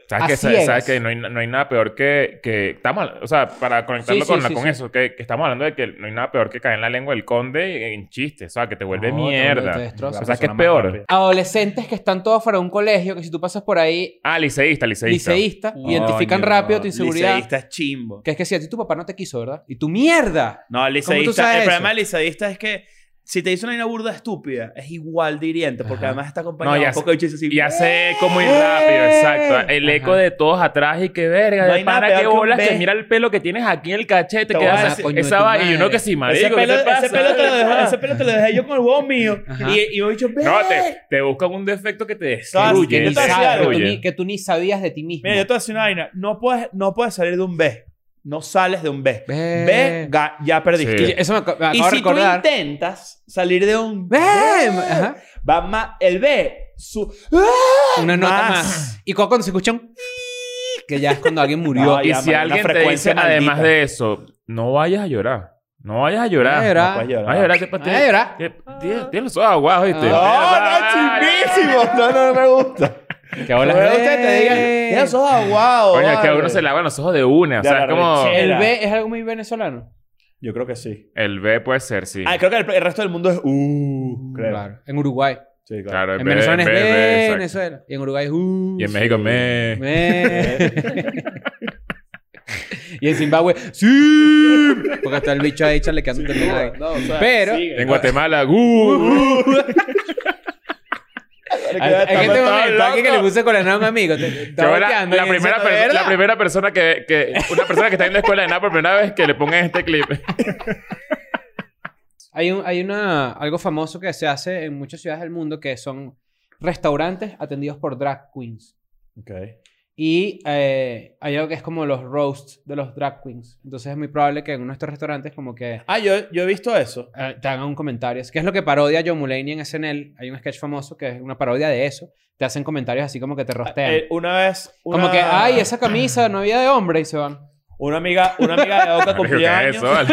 Speaker 3: ¿Sabes que,
Speaker 2: A
Speaker 3: sabes, sabes
Speaker 2: ciegas.
Speaker 3: que no, hay, na- no hay nada peor que... que estamos, o sea, para conectarlo
Speaker 2: Sí, sí,
Speaker 3: con, la-
Speaker 2: sí,
Speaker 3: con
Speaker 2: sí.
Speaker 3: eso, que, que estamos hablando de que no hay nada peor que caer en la lengua del conde en chistes. O sea, que te vuelve
Speaker 2: No, te vuelve-
Speaker 3: mierda.
Speaker 2: te destroza.
Speaker 3: o sea, que es
Speaker 4: Persona más
Speaker 3: peor.
Speaker 4: rápida.
Speaker 2: Adolescentes que están todos fuera de un colegio, que si tú pasas por ahí,
Speaker 3: Ah, liceísta, liceísta.
Speaker 2: liceísta, identifican
Speaker 4: Coño,
Speaker 2: rápido
Speaker 4: no.
Speaker 2: tu inseguridad.
Speaker 4: Liceísta es chimbo.
Speaker 2: Que es que si a ti tu papá no te quiso, ¿verdad? Y tu mierda.
Speaker 4: No, liceísta.
Speaker 2: ¿Cómo tú sabes
Speaker 4: el
Speaker 2: eso?
Speaker 4: problema del liceísta es que si te dice una vaina burda estúpida, es igual de hiriente, porque
Speaker 2: Ajá.
Speaker 4: además está acompañado
Speaker 3: No, ya
Speaker 4: un poco de chistes así.
Speaker 3: Y hace eco muy rápido, exacto. El eco
Speaker 2: Ajá.
Speaker 3: de todos atrás y que verga,
Speaker 4: Eh, No
Speaker 3: de
Speaker 4: hay nada
Speaker 3: pana,
Speaker 4: peor
Speaker 3: qué
Speaker 4: que un
Speaker 3: bolas, que,
Speaker 4: beso.
Speaker 3: mira el pelo que tienes aquí en el cachete,
Speaker 4: Te
Speaker 3: que
Speaker 4: voy a
Speaker 3: hace
Speaker 4: decir-
Speaker 2: coño de tu
Speaker 3: esa va y uno
Speaker 2: madre.
Speaker 3: que sí, marico,
Speaker 4: ese,
Speaker 3: ¿qué
Speaker 4: pelo,
Speaker 3: te pasa?
Speaker 4: ese, pelo te lo
Speaker 3: (laughs)
Speaker 4: dejó, ese pelo te lo dejé yo con el huevón mío.
Speaker 2: Ajá.
Speaker 4: Y, y yo he dicho,
Speaker 3: No, te,
Speaker 4: "Ve".
Speaker 3: te buscan un defecto que te
Speaker 4: Claro,
Speaker 3: destruye.
Speaker 4: que
Speaker 3: te
Speaker 4: no te
Speaker 2: sabes, que, tú
Speaker 3: destruye.
Speaker 2: ni, que tú ni sabías de ti mismo.
Speaker 4: Mira, yo te voy a decir una vaina. No puedes, no puedes salir de un B. No sales de un B. B,
Speaker 2: Ve.
Speaker 4: ga- ya perdiste.
Speaker 3: Sí.
Speaker 2: Y Eso me, ac- me
Speaker 4: Y
Speaker 2: acabo de
Speaker 4: si tú
Speaker 2: recordar.
Speaker 4: intentas salir de un B,
Speaker 2: ¡Bam! Ajá.
Speaker 4: va más, el B, su,
Speaker 2: Una nota
Speaker 4: Más.
Speaker 2: más. Y cu- cuando se escucha un... (laughs) Que ya es cuando alguien murió.
Speaker 4: No,
Speaker 3: Y
Speaker 4: ya,
Speaker 3: si alguien
Speaker 4: marico, una
Speaker 3: te dice,
Speaker 4: frecuencia
Speaker 3: además
Speaker 4: maldita.
Speaker 3: de eso, no vayas a llorar. No vayas a llorar.
Speaker 2: Era. Ah,
Speaker 4: No puedes llorar.
Speaker 3: Ay, ahora que
Speaker 2: Ay, ¿verdad?
Speaker 3: Tienes los ojos aguados, ¿viste?
Speaker 4: No, no,
Speaker 3: Ay,
Speaker 4: chimbísimo. No, no, no me gusta.
Speaker 2: Que
Speaker 4: No me
Speaker 2: hola.
Speaker 4: gusta que te digan,
Speaker 2: Eh.
Speaker 4: ya sos aguado.
Speaker 3: Coño, es que a
Speaker 4: vale".
Speaker 3: uno se lavan los ojos de una. O
Speaker 4: De
Speaker 3: sea,
Speaker 4: la
Speaker 3: es como...
Speaker 4: rechera.
Speaker 2: El B es algo muy venezolano.
Speaker 4: Yo creo que sí.
Speaker 3: El B puede ser, sí.
Speaker 4: Ah, creo que el, el resto del mundo es uh, creo.
Speaker 2: Mm, Claro. En Uruguay.
Speaker 4: Sí, claro.
Speaker 3: Claro, el
Speaker 2: En
Speaker 3: B,
Speaker 2: Venezuela es
Speaker 3: B, B,
Speaker 2: B,
Speaker 3: exacto.
Speaker 2: Venezuela. Y en Uruguay es uh,
Speaker 3: Y en México, me...
Speaker 2: me. (laughs) y en Zimbabue, sí. Porque hasta el bicho ahí le queda un terminal ahí.
Speaker 4: No, o sea,
Speaker 2: Pero-
Speaker 4: sigue.
Speaker 3: En Guatemala, gu, gu.
Speaker 4: Hay,
Speaker 2: Hay, hay gente
Speaker 3: estamos
Speaker 2: con el
Speaker 3: todos
Speaker 2: aquí este que le
Speaker 3: locos.
Speaker 2: puso coronado a un amigo. Te- te está
Speaker 3: Que ahora la,
Speaker 2: volteando y
Speaker 3: primera
Speaker 2: diciendo,
Speaker 3: perso- la
Speaker 2: "¿Verdad?".
Speaker 3: primera persona que, que... Una persona que está en la escuela de nada por primera vez que le pongan este clip.
Speaker 2: Hay, un- hay una, algo famoso que se hace en muchas ciudades del mundo que son restaurantes atendidos por drag queens. Y eh, hay algo que es como los roasts de los drag queens. Entonces es muy probable que en uno de estos restaurantes como que
Speaker 4: Ah, yo, yo he visto eso.
Speaker 2: eh, te hagan un comentario. Es que es lo que parodia Joe Mulaney en SNL. Hay un sketch famoso que es una parodia de eso. Te hacen comentarios así como que te rostean.
Speaker 4: Eh, una vez. Una,
Speaker 2: Como que, ay, esa camisa no había de hombre y se van.
Speaker 4: Una amiga, una amiga de Oca
Speaker 3: Marico,
Speaker 4: cumplió
Speaker 3: ¿qué es
Speaker 4: años.
Speaker 3: eso? vale?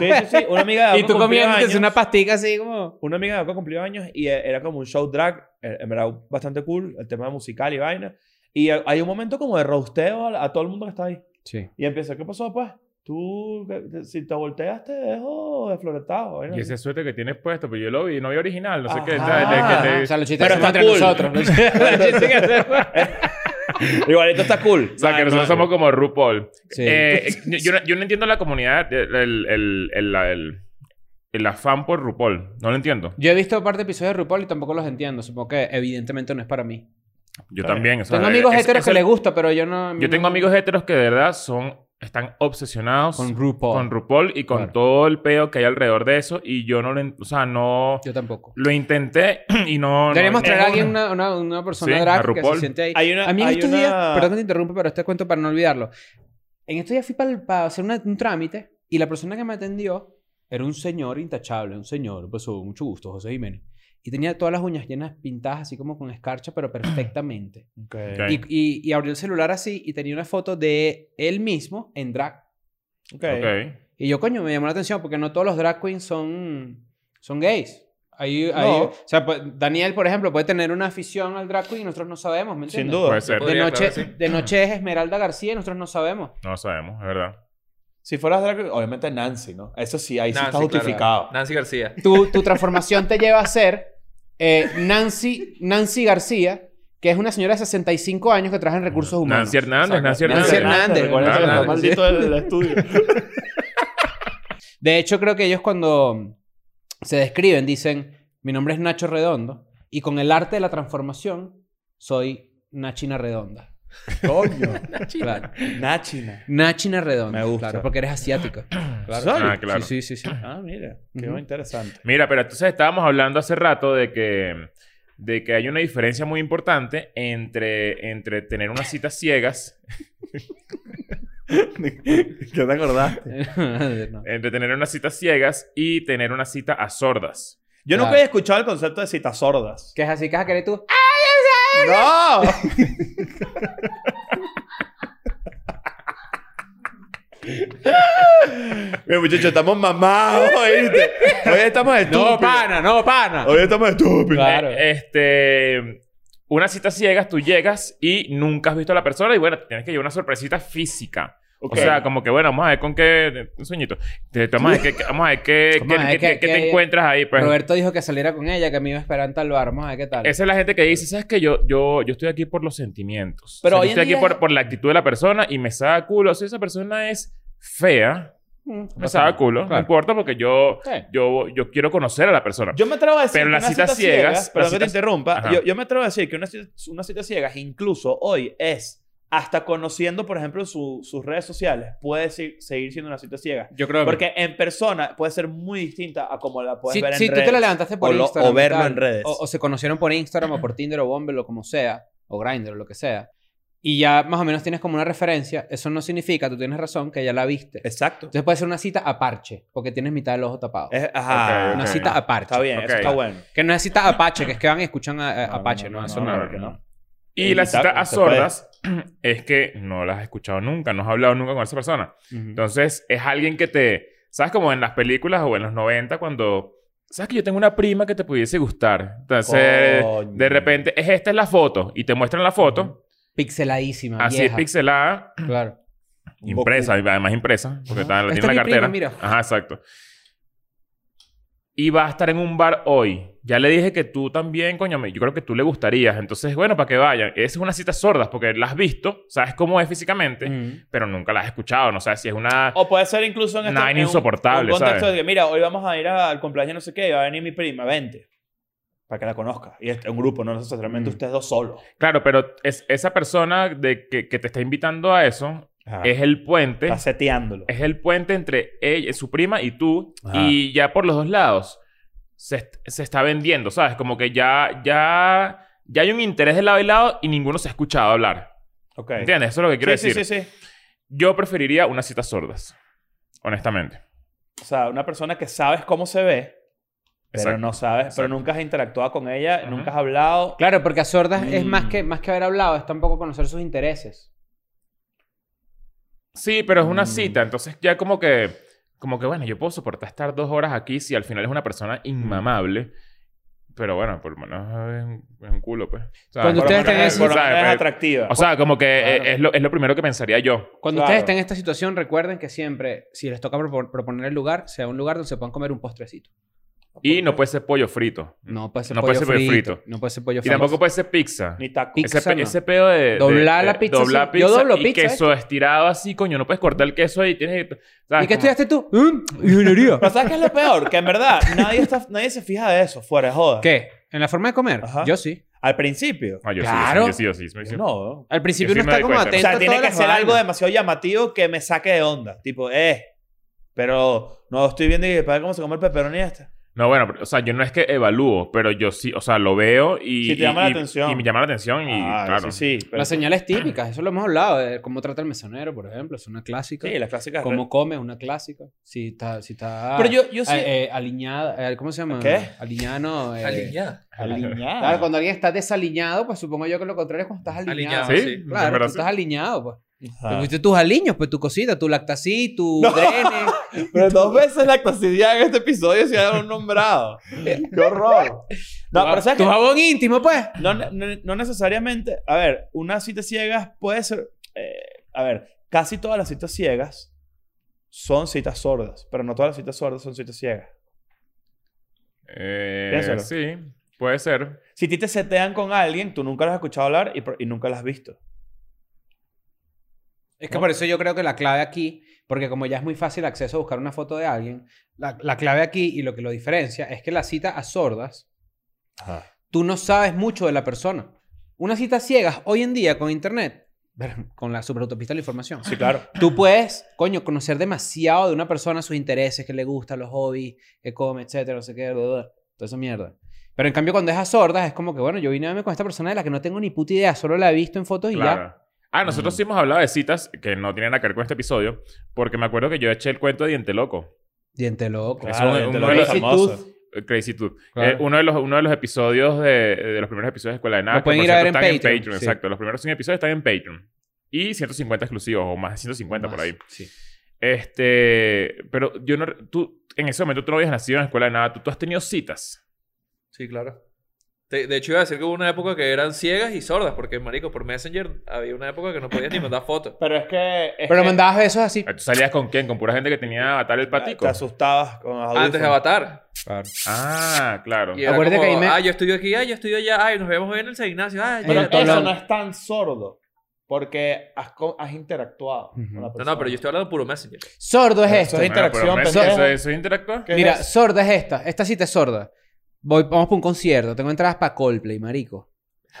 Speaker 4: Sí, sí, sí. Una amiga de
Speaker 2: Y
Speaker 4: Oca
Speaker 2: tú
Speaker 4: cumplió
Speaker 2: comiéndote
Speaker 4: años.
Speaker 2: una pastica así como...
Speaker 4: Una amiga de e-, Oca cumplió años y eh, era como un show drag, eh, en verdad bastante cool, el tema musical y vaina. Y a- hay un momento como de roasteo a, la- a todo el mundo que está ahí.
Speaker 2: Sí.
Speaker 4: Y empieza, ¿qué pasó, pues? Tú, que- si te volteas, te dejo desfloretado.
Speaker 3: (laughs)
Speaker 4: ¿no?
Speaker 3: Y ese suéter que tienes puesto, pues yo lo vi, no vi original, no sé qué.
Speaker 4: Ajá.
Speaker 3: ¿sabes? De que te-
Speaker 2: Ah. O sea, los chistes
Speaker 4: Pero
Speaker 2: que hacemos
Speaker 4: está
Speaker 2: entre
Speaker 4: cool. (laughs)
Speaker 2: nosotros.
Speaker 4: Igualito está cool.
Speaker 3: (laughs) o sea, que nosotros somos como RuPaul.
Speaker 2: Sí.
Speaker 3: (laughs) Eh, yo, yo no, yo no entiendo la comunidad, el, el, el, el- el- el afán por RuPaul. No lo entiendo.
Speaker 2: Yo he visto parte de episodios de RuPaul y tampoco los entiendo. Supongo que evidentemente no es para mí.
Speaker 3: Yo también. o sea,
Speaker 2: tengo amigos
Speaker 3: es-
Speaker 2: heteros
Speaker 3: es
Speaker 2: que
Speaker 3: el-
Speaker 2: les gusta, pero yo no...
Speaker 3: Yo tengo amigos heteros que de verdad son, están obsesionados
Speaker 2: Con
Speaker 3: con
Speaker 2: RuPaul.
Speaker 3: RuPaul, y con
Speaker 2: Claro.
Speaker 3: todo el peo que hay alrededor de eso. Y yo no lo... en- O sea, no...
Speaker 2: Yo tampoco.
Speaker 3: Lo intenté (clears throat) y no... no-
Speaker 2: Deberíamos
Speaker 3: no-
Speaker 2: traer a alguien, una, una, una persona
Speaker 3: Sí, a
Speaker 2: drag que se
Speaker 3: RuPaul.
Speaker 2: siente ahí.
Speaker 4: Hay una-
Speaker 2: a mí en
Speaker 4: hay
Speaker 2: estos
Speaker 4: una-
Speaker 2: días, perdón que te interrumpa, pero este cuento para no olvidarlo. En estos días fui para, hacer una- un trámite y la persona que me atendió era un señor intachable, un señor, pues oh, mucho gusto, José Jiménez. Y tenía todas las uñas llenas pintadas así como con escarcha, pero
Speaker 3: (clears throat)
Speaker 2: perfectamente.
Speaker 3: Ok.
Speaker 2: Y, y- y abrió el celular así y tenía una foto de él mismo en drag.
Speaker 4: Ok.
Speaker 3: Ok.
Speaker 2: Y yo, coño, me llamó la atención porque no todos los drag queens son, son gays. Ahí,
Speaker 4: No.
Speaker 2: ahí- o sea, pues, Daniel, por ejemplo, puede tener una afición al drag queen y nosotros no sabemos, ¿me
Speaker 4: Sin
Speaker 2: entiendes?
Speaker 4: duda.
Speaker 3: Puede ser.
Speaker 2: De
Speaker 5: Podría,
Speaker 2: noche,
Speaker 5: claro que sí.
Speaker 2: de noche es Esmeralda García y nosotros no sabemos.
Speaker 3: No sabemos, es verdad.
Speaker 4: Si fueras drag, queen, obviamente Nancy, ¿no? Eso sí, ahí sí
Speaker 5: Nancy,
Speaker 4: está
Speaker 5: claro.
Speaker 4: justificado.
Speaker 5: Nancy García.
Speaker 2: Tu, tu transformación te lleva a ser eh, Nancy, Nancy García, que es una señora de 65 años que trabaja en recursos humanos.
Speaker 3: Nancy Hernández,
Speaker 5: Exacto.
Speaker 3: Nancy Hernández.
Speaker 2: Nancy Hernández.
Speaker 4: Recuerda
Speaker 3: Nancy
Speaker 4: que está
Speaker 2: Hernández.
Speaker 4: maldito el, el estudio.
Speaker 2: De hecho, creo que ellos cuando se describen dicen, mi nombre es Nacho Redondo y con el arte de la transformación soy Nachina Redonda.
Speaker 4: Coño.
Speaker 2: (laughs) Claro.
Speaker 4: Nachina.
Speaker 2: Nachina Redonda.
Speaker 4: Me gusta.
Speaker 2: Claro, porque eres asiática.
Speaker 4: ¿Soy?
Speaker 3: Ah, claro.
Speaker 2: Sí, sí, sí. sí. (laughs)
Speaker 4: Ah, mira. Qué
Speaker 2: Ujú.
Speaker 4: interesante.
Speaker 3: Mira, pero entonces estábamos hablando hace rato de que, de que hay una diferencia muy importante entre, entre tener unas
Speaker 2: (laughs)
Speaker 3: citas ciegas,
Speaker 4: ¿Qué te acordaste?
Speaker 2: No.
Speaker 3: entre tener unas citas ciegas y tener una cita a sordas.
Speaker 4: Yo nunca
Speaker 2: Claro.
Speaker 4: había escuchado el concepto de citas sordas.
Speaker 2: Que es así que vas a querer tú.
Speaker 4: ¡No! Mira, muchachos,
Speaker 3: (laughs)
Speaker 4: estamos mamados, ¿oíste? Hoy estamos estúpidos.
Speaker 2: No, pana, no, pana.
Speaker 4: Hoy estamos estúpidos.
Speaker 2: Claro.
Speaker 3: Eh, Este, una cita ciegas, tú llegas y nunca has visto a la persona y bueno, tienes que llevar una sorpresita física.
Speaker 4: Ok.
Speaker 3: O sea, como que bueno, vamos a ver con qué... Un sueñito. Te- te- Vamos a ver qué, qué- vamos a ver qué,
Speaker 2: Vamos
Speaker 3: qué-
Speaker 2: a ver
Speaker 3: qué-
Speaker 2: qué-
Speaker 3: qué
Speaker 2: qué-
Speaker 3: te encuentras ahí. Pues.
Speaker 2: Roberto dijo que saliera con ella, que me iba a esperar en tal bar. Vamos a ver qué tal.
Speaker 3: Esa es la gente que dice, ¿sabes qué? Yo, yo, yo estoy aquí por los sentimientos. O
Speaker 4: Pero
Speaker 3: sea,
Speaker 4: hoy
Speaker 3: yo estoy
Speaker 4: en
Speaker 3: aquí
Speaker 4: día-
Speaker 3: por, por la actitud de la persona y me saca culo. Si esa persona es fea,
Speaker 2: Mm,
Speaker 3: me saca culo. No
Speaker 2: Claro.
Speaker 3: importa porque yo,
Speaker 2: Sí.
Speaker 3: yo, yo quiero conocer a la persona.
Speaker 4: Yo me atrevo a decir
Speaker 3: Pero
Speaker 4: que
Speaker 3: las
Speaker 4: una
Speaker 3: citas
Speaker 4: cita
Speaker 3: ciegas, las
Speaker 4: perdón que te
Speaker 3: citas-
Speaker 4: interrumpa,
Speaker 3: Ajá.
Speaker 4: yo, yo me atrevo a decir que una cita, una cita ciegas incluso hoy es hasta conociendo, por ejemplo, su- sus redes sociales, puede si- seguir siendo una cita ciega.
Speaker 2: Yo creo que.
Speaker 4: Porque en persona puede ser muy distinta a como la puedes
Speaker 2: si
Speaker 4: ver en
Speaker 2: si tú
Speaker 4: redes.
Speaker 2: te la levantaste por
Speaker 4: O lo-
Speaker 2: Instagram.
Speaker 4: o verlo
Speaker 2: y tal,
Speaker 4: en redes.
Speaker 2: O, o se conocieron por Instagram o
Speaker 4: (clears throat)
Speaker 2: por Tinder o Bumble o como sea, o Grindr o lo que sea. Y ya más o menos tienes como una referencia. Eso no significa, tú tienes razón, que ya la viste.
Speaker 4: Exacto.
Speaker 2: Entonces puede ser una cita a parche, porque tienes mitad del ojo tapado.
Speaker 4: Es- ajá.
Speaker 3: Ok,
Speaker 2: Una
Speaker 3: ok.
Speaker 2: cita a parche.
Speaker 4: Está bien,
Speaker 3: Ok.
Speaker 4: eso está bueno.
Speaker 2: Que no es cita apache, que es que van y escuchan a, a-
Speaker 4: No, no,
Speaker 2: apache,
Speaker 4: no,
Speaker 2: ¿no?
Speaker 4: no,
Speaker 2: Eso
Speaker 3: no,
Speaker 2: no.
Speaker 3: no,
Speaker 4: porque no.
Speaker 3: y la cita
Speaker 4: Está-
Speaker 3: a
Speaker 4: se puede.
Speaker 3: sordas (clears throat) es que no las has escuchado nunca, no has hablado nunca con esa persona.
Speaker 2: Ujú.
Speaker 3: Entonces, es alguien que te... ¿Sabes? Como en las películas o en los 90 cuando... ¿Sabes que yo tengo una prima que te pudiese gustar? Entonces,
Speaker 4: Coño.
Speaker 3: de repente, es esta es la foto. Y te muestran la foto.
Speaker 2: Pixeladísima,
Speaker 3: Así
Speaker 2: vieja.
Speaker 3: pixelada.
Speaker 2: Claro.
Speaker 4: Un
Speaker 3: Impresa,
Speaker 4: Goku.
Speaker 3: además impresa, porque está, la
Speaker 2: Esta
Speaker 3: tiene en la
Speaker 2: es mi prima,
Speaker 3: cartera.
Speaker 2: mira.
Speaker 3: Ajá, exacto. Y va a estar en un bar hoy. Ya le dije que tú también, coño, me- yo creo que tú le gustarías. Entonces, bueno, para que vayan. Esa es una cita sordas, porque la has visto, sabes cómo es físicamente,
Speaker 2: Ujú.
Speaker 3: pero nunca la has escuchado. No sabes si es una.
Speaker 2: Oh.
Speaker 4: O puede ser incluso en este
Speaker 3: Nine
Speaker 4: en un-
Speaker 3: insoportable,
Speaker 4: un contexto
Speaker 3: ¿sabes?
Speaker 4: de que, mira, hoy vamos a ir a- al cumpleaños de no sé qué y va a venir mi prima, vente. Para que la conozca. Y es un grupo, no necesariamente
Speaker 2: Mm.
Speaker 4: ustedes dos solos.
Speaker 3: Claro, pero es, esa persona de que, que te está invitando a eso
Speaker 2: Ah.
Speaker 3: es el puente.
Speaker 4: Está seteándolo.
Speaker 3: Es el puente entre ella, su prima y tú.
Speaker 4: Ajá.
Speaker 3: Y ya por los dos lados se, est- se está vendiendo, ¿sabes? Como que ya, ya, ya hay un interés del lado y lado y ninguno se ha escuchado hablar.
Speaker 4: Ok.
Speaker 3: ¿Entiendes? Eso es lo que quiero
Speaker 4: sí,
Speaker 3: decir.
Speaker 4: sí, sí, sí.
Speaker 3: Yo preferiría unas citas sordas. Honestamente.
Speaker 4: O sea, una persona que sabes cómo se ve, pero
Speaker 3: Exacto.
Speaker 4: no sabes,
Speaker 3: Exacto.
Speaker 4: pero nunca has interactuado con ella,
Speaker 3: Ajá.
Speaker 4: nunca has hablado.
Speaker 2: Claro, porque a sordas es más
Speaker 4: Mm.
Speaker 2: que, más que haber hablado, es tampoco conocer sus intereses.
Speaker 3: Sí, pero es una
Speaker 4: Mm.
Speaker 3: cita. Entonces ya como
Speaker 4: Mm.
Speaker 3: que... Como que, bueno, yo puedo soportar estar dos horas aquí si al final es una persona inmamable. Pero bueno, por lo menos es un, es un culo, pues. O sea,
Speaker 2: Cuando
Speaker 3: por
Speaker 2: ustedes
Speaker 3: lo menos
Speaker 2: tengan
Speaker 3: es-
Speaker 2: ese-
Speaker 4: Por lo
Speaker 3: ¿sabes?
Speaker 4: menos
Speaker 3: Pues,
Speaker 4: es atractiva.
Speaker 3: O sea, como que
Speaker 4: Claro.
Speaker 3: eh, es, lo, es lo primero que pensaría yo.
Speaker 2: Cuando
Speaker 4: Claro.
Speaker 2: ustedes estén en esta situación, recuerden que siempre, si les toca propon- proponer el lugar, sea un lugar donde se puedan comer un postrecito.
Speaker 3: Y no puede ser pollo frito.
Speaker 2: No puede ser,
Speaker 3: Mm. No
Speaker 2: pollo,
Speaker 3: puede ser pollo
Speaker 2: frito,
Speaker 3: frito.
Speaker 2: No puede ser pollo
Speaker 3: Y
Speaker 2: frito.
Speaker 3: tampoco puede ser pizza.
Speaker 4: ni taco.
Speaker 2: Pizza
Speaker 3: ese, pe-
Speaker 2: no.
Speaker 3: ese pedo de, de-
Speaker 2: Doblar
Speaker 3: de-
Speaker 2: la pizza,
Speaker 3: doblar
Speaker 2: sí. Yo
Speaker 3: pizza
Speaker 2: doblo
Speaker 3: y
Speaker 2: pizza,
Speaker 3: queso estirado así, coño. No puedes cortar el queso ahí. Tienes, que- ¿sabes?
Speaker 2: ¿Y qué
Speaker 3: Como-
Speaker 2: estudiaste tú? Mm,
Speaker 3: (laughs)
Speaker 2: Ingeniería.
Speaker 4: Pero ¿sabes qué es lo peor? Que en verdad nadie, está, nadie se fija de eso, fuera de joda.
Speaker 2: ¿Qué? ¿En la forma de comer?
Speaker 4: Ajá.
Speaker 2: Yo sí.
Speaker 4: Al principio.
Speaker 3: Ah, yo
Speaker 2: Claro.
Speaker 3: sí, yo sí, yo sí. Yo sí.
Speaker 4: No, ¿no?
Speaker 2: Al principio
Speaker 3: sí
Speaker 2: uno
Speaker 3: me
Speaker 2: está
Speaker 3: doy
Speaker 2: como
Speaker 3: cuenta.
Speaker 2: atento
Speaker 4: O
Speaker 2: a
Speaker 4: sea, tiene
Speaker 2: todas
Speaker 4: que
Speaker 2: las
Speaker 4: ser algo
Speaker 2: vainas.
Speaker 4: demasiado llamativo que me saque de onda. Tipo, eh. Pero no estoy viendo y para ver cómo se come el pepperoni este.
Speaker 3: No, bueno, pero, o sea, yo no es que evalúo, pero yo sí, o sea, lo veo y.
Speaker 4: Sí,
Speaker 3: y-
Speaker 4: te llama la
Speaker 3: y-
Speaker 4: atención.
Speaker 3: Y me llama la atención y,
Speaker 4: Ah,
Speaker 3: claro.
Speaker 4: Sí, sí. pero-
Speaker 2: Las señales típicas, eso lo hemos hablado, de cómo trata el mesonero, por ejemplo, es una clásica.
Speaker 4: Sí, las clásicas.
Speaker 2: Cómo come es una clásica. Si está, si está
Speaker 4: Pero yo, yo sí.
Speaker 2: eh, eh, aliñada, eh, ¿cómo se llama?
Speaker 4: ¿Qué?
Speaker 2: Aliñada no. eh,
Speaker 5: Alineada.
Speaker 4: Aliñada.
Speaker 2: Claro, cuando alguien está desaliñado, pues supongo yo que lo contrario es cuando estás aliñado.
Speaker 5: Aliñado,
Speaker 3: Sí,
Speaker 5: sí.
Speaker 3: en
Speaker 2: Ah, Claro, tú
Speaker 3: verdad sí.
Speaker 2: estás aliñado, pues.
Speaker 4: Ajá.
Speaker 2: Te pusiste tus aliños, pues tu cosita, tu lactací,
Speaker 3: (laughs)
Speaker 2: tu drene.
Speaker 4: Pero dos veces la toxicidad en este episodio se ha nombrado. ¡Qué horror! No, pero ¿sabes
Speaker 2: tu
Speaker 4: qué?
Speaker 2: jabón íntimo, pues.
Speaker 4: No, no- no necesariamente. A ver, una cita ciegas puede ser. eh, a ver, casi todas las citas ciegas son citas sordas, pero no todas las citas sordas son citas ciegas.
Speaker 3: Eh,
Speaker 4: Piénsalo.
Speaker 3: sí, puede ser.
Speaker 4: Si a ti te setean con alguien, tú nunca lo has escuchado hablar y, por- y nunca lo has visto.
Speaker 2: Es que por eso yo creo que la clave aquí, porque como ya es muy fácil acceso a buscar una foto de alguien, la, la clave aquí y lo que lo diferencia es que la cita a sordas, tú no sabes mucho de la persona. Una cita a ciegas hoy en día con internet, (laughs) con la superautopista de la información.
Speaker 4: Sí, claro.
Speaker 2: Tú puedes, coño, conocer demasiado de una persona, sus intereses, qué le gusta, los hobbies, qué come, etcétera, no sé qué, bla, bla, bla, toda esa mierda. Pero en cambio, cuando es a sordas, es como que, bueno, yo vine a verme con esta persona de la que no tengo ni puta idea, solo la he visto en fotos y ya.
Speaker 3: Claro. Ah, nosotros
Speaker 2: Mm.
Speaker 3: sí hemos hablado de citas que no tienen nada que ver con este episodio, porque me acuerdo que yo eché el cuento de Diente Loco.
Speaker 2: Diente loco.
Speaker 3: Es
Speaker 4: Claro,
Speaker 3: un-
Speaker 4: el
Speaker 3: un-
Speaker 4: de
Speaker 3: uno
Speaker 4: los
Speaker 3: de los-
Speaker 2: Crazy
Speaker 4: famosos.
Speaker 2: Tooth.
Speaker 3: eh, Crazy Tooth.
Speaker 2: Claro.
Speaker 3: Eh, uno, de los, uno de los episodios de, de los primeros episodios de Escuela de Nada.
Speaker 2: Lo
Speaker 3: que,
Speaker 2: pueden
Speaker 3: por
Speaker 2: ir a ver
Speaker 3: cierto,
Speaker 2: en
Speaker 3: están
Speaker 2: Patreon, sí.
Speaker 3: Exacto, los primeros 100 episodios están en Patreon. Y 150 exclusivos, o más de 150 por
Speaker 2: Más,
Speaker 3: ahí.
Speaker 2: Sí.
Speaker 3: Este, pero yo no, tú, en ese momento tú no habías nacido en la escuela de nada, tú, tú has tenido citas.
Speaker 5: Sí, claro. Te- de hecho, iba a decir que hubo una época que eran ciegas y sordas, porque, marico, por Messenger había una época que no podías ni mandar
Speaker 4: (coughs)
Speaker 5: fotos.
Speaker 4: Pero es que. es
Speaker 2: Pero
Speaker 4: que
Speaker 2: mandabas besos así.
Speaker 3: Ah, ¿Tú salías con quién? ¿Con pura gente que tenía avatar el patico?
Speaker 4: Te asustabas con los
Speaker 5: Antes
Speaker 4: audífonos.
Speaker 5: de Avatar.
Speaker 3: Ah, claro.
Speaker 5: Y era
Speaker 2: Acuérdate
Speaker 5: como,
Speaker 2: que ahí me-
Speaker 5: Ah, yo estudio aquí, ah, yo estudio allá, ay, nos vemos en el San Ignacio, ay,
Speaker 4: Pero
Speaker 2: Mira, todo
Speaker 4: eso
Speaker 2: lo-
Speaker 4: no es tan sordo. Porque has, co- has interactuado con la
Speaker 2: Ujú.
Speaker 5: No,
Speaker 4: persona.
Speaker 5: no, pero yo estoy hablando de puro Messenger.
Speaker 2: Sordo es
Speaker 4: Eso
Speaker 2: esto.
Speaker 4: es interacción,
Speaker 3: pero
Speaker 4: pendejo.
Speaker 3: ¿Eso, eso es interactuar?
Speaker 4: ¿Qué
Speaker 2: Mira,
Speaker 4: es?
Speaker 2: sorda es esta. Esta cita es sorda. Voy, vamos para un concierto. Tengo entradas para Coldplay, marico.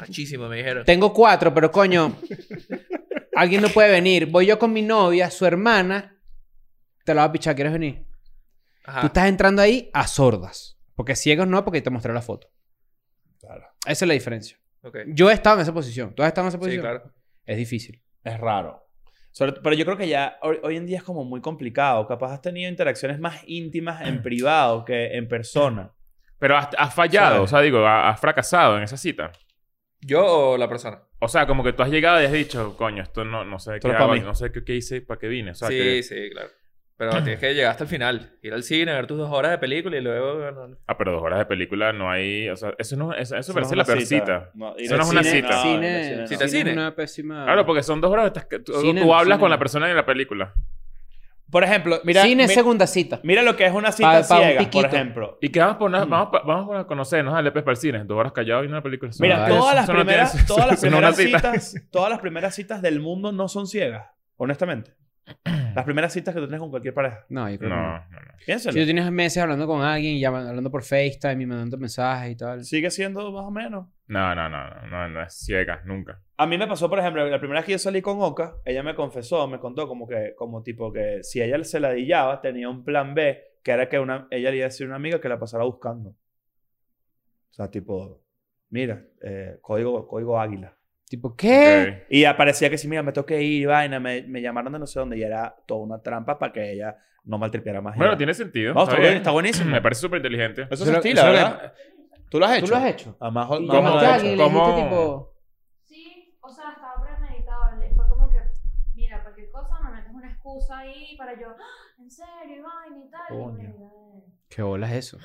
Speaker 5: Muchísimo, me dijeron.
Speaker 2: Tengo cuatro, pero coño, alguien no puede venir. Voy yo con mi novia, su hermana. Te la va a pichar, ¿quieres venir?
Speaker 5: Ajá.
Speaker 2: Tú estás entrando ahí a sordas. Porque ciegos no, porque te mostré la foto.
Speaker 4: Claro.
Speaker 2: Esa es la diferencia.
Speaker 5: Ok.
Speaker 2: Yo he estado en esa posición. ¿Tú has estado en esa
Speaker 5: Sí,
Speaker 2: posición?
Speaker 5: claro.
Speaker 2: Es difícil.
Speaker 4: Es raro. Sobre- pero yo creo que ya hoy, hoy en día es como muy complicado. Capaz has tenido interacciones más íntimas en privado que en persona.
Speaker 3: Pero has, has fallado,
Speaker 4: ¿Sabes?
Speaker 3: o sea, digo, ha- has fracasado en esa cita.
Speaker 5: ¿Yo o la persona?
Speaker 3: O sea, como que tú has llegado y has dicho, coño, esto no, no sé qué
Speaker 4: Esto no es pa'
Speaker 3: hago,
Speaker 4: mí.
Speaker 3: no sé qué, qué hice, para qué vine. O sea,
Speaker 5: sí,
Speaker 3: que-
Speaker 5: sí, claro. Pero tienes que llegar hasta el final. Ir al cine, ver tus dos horas de película y luego...
Speaker 4: (laughs)
Speaker 5: bueno, no.
Speaker 3: Ah, pero dos horas de película no hay... O sea, eso no eso, eso
Speaker 4: no
Speaker 3: parece
Speaker 4: es
Speaker 3: la
Speaker 4: una
Speaker 3: peor cita.
Speaker 4: No, ir
Speaker 3: Eso
Speaker 4: al
Speaker 3: no es una
Speaker 4: cine,
Speaker 3: cita.
Speaker 4: no, ir al
Speaker 2: cine,
Speaker 4: Ah, cine,
Speaker 5: cita
Speaker 4: no.
Speaker 5: es cine.
Speaker 2: es una pésima...
Speaker 3: Claro, porque son dos horas, estás- que- tú,
Speaker 2: Ah. Cine,
Speaker 3: tú hablas
Speaker 2: cine.
Speaker 3: con la persona de la película.
Speaker 4: Por ejemplo, mira,
Speaker 2: Cine,
Speaker 4: mi-
Speaker 2: segunda cita.
Speaker 4: mira lo que es una cita
Speaker 2: Pa- pa' un
Speaker 4: ciega, por
Speaker 2: piquito.
Speaker 4: ejemplo.
Speaker 3: Y que vamos por
Speaker 4: Mm.
Speaker 3: una- vamos, pa- vamos a conocernos, dale pues para el cine. Dos horas callado y una película. Eso
Speaker 4: Mira,
Speaker 3: no-
Speaker 4: todas, las
Speaker 3: eso no tiene- (laughs)
Speaker 4: primeras,
Speaker 3: eso-
Speaker 4: todas las
Speaker 3: eso no es una
Speaker 4: primeras
Speaker 3: cita.
Speaker 4: citas, todas las primeras citas del mundo no son ciegas, honestamente. Las primeras citas que tú tienes con cualquier pareja.
Speaker 2: No, yo creo que no.
Speaker 3: No, no, no.
Speaker 2: Si tú
Speaker 4: Piénsalo.
Speaker 2: tienes meses hablando con alguien, y ya hablando por FaceTime y mandando mensajes y tal.
Speaker 4: Sigue siendo más o menos.
Speaker 3: No, no, no, no, no, no es ciega, nunca.
Speaker 4: A mí me pasó, por ejemplo, la primera vez que yo salí con Oka, ella me confesó, me contó como que, como tipo que si ella se la dillaba, tenía un plan B, que era que una, ella le iba a decir a una amiga que la pasara buscando. O sea, tipo, mira, eh, código, código águila.
Speaker 2: Tipo, ¿qué?
Speaker 3: Ok.
Speaker 4: Y aparecía que sí, mira, me toqué ir, vaina, me, me llamaron de no sé dónde y era toda una trampa para que ella no maltripeara más.
Speaker 3: Bueno,
Speaker 4: ella.
Speaker 3: tiene sentido.
Speaker 4: No, está,
Speaker 3: bien.
Speaker 4: buen- está buenísimo.
Speaker 3: Me parece súper inteligente.
Speaker 4: Eso
Speaker 2: Eso
Speaker 4: se
Speaker 2: lo-
Speaker 4: estila,
Speaker 2: eso lo-
Speaker 4: ¿verdad? ¿Tú lo has hecho?
Speaker 2: ¿Tú lo has hecho?
Speaker 4: Además,
Speaker 2: Y
Speaker 3: ¿Cómo?
Speaker 2: llamaste a alguien y le
Speaker 3: ¿Cómo?
Speaker 2: dijiste, tipo...
Speaker 7: Sí, o sea, estaba premeditado. le- Fue como que, mira, cualquier cosa me metes una excusa ahí para yo, "Ah, en serio, Iván y tal. y
Speaker 4: Coño.
Speaker 7: bueno,
Speaker 2: ¿Qué bola es eso?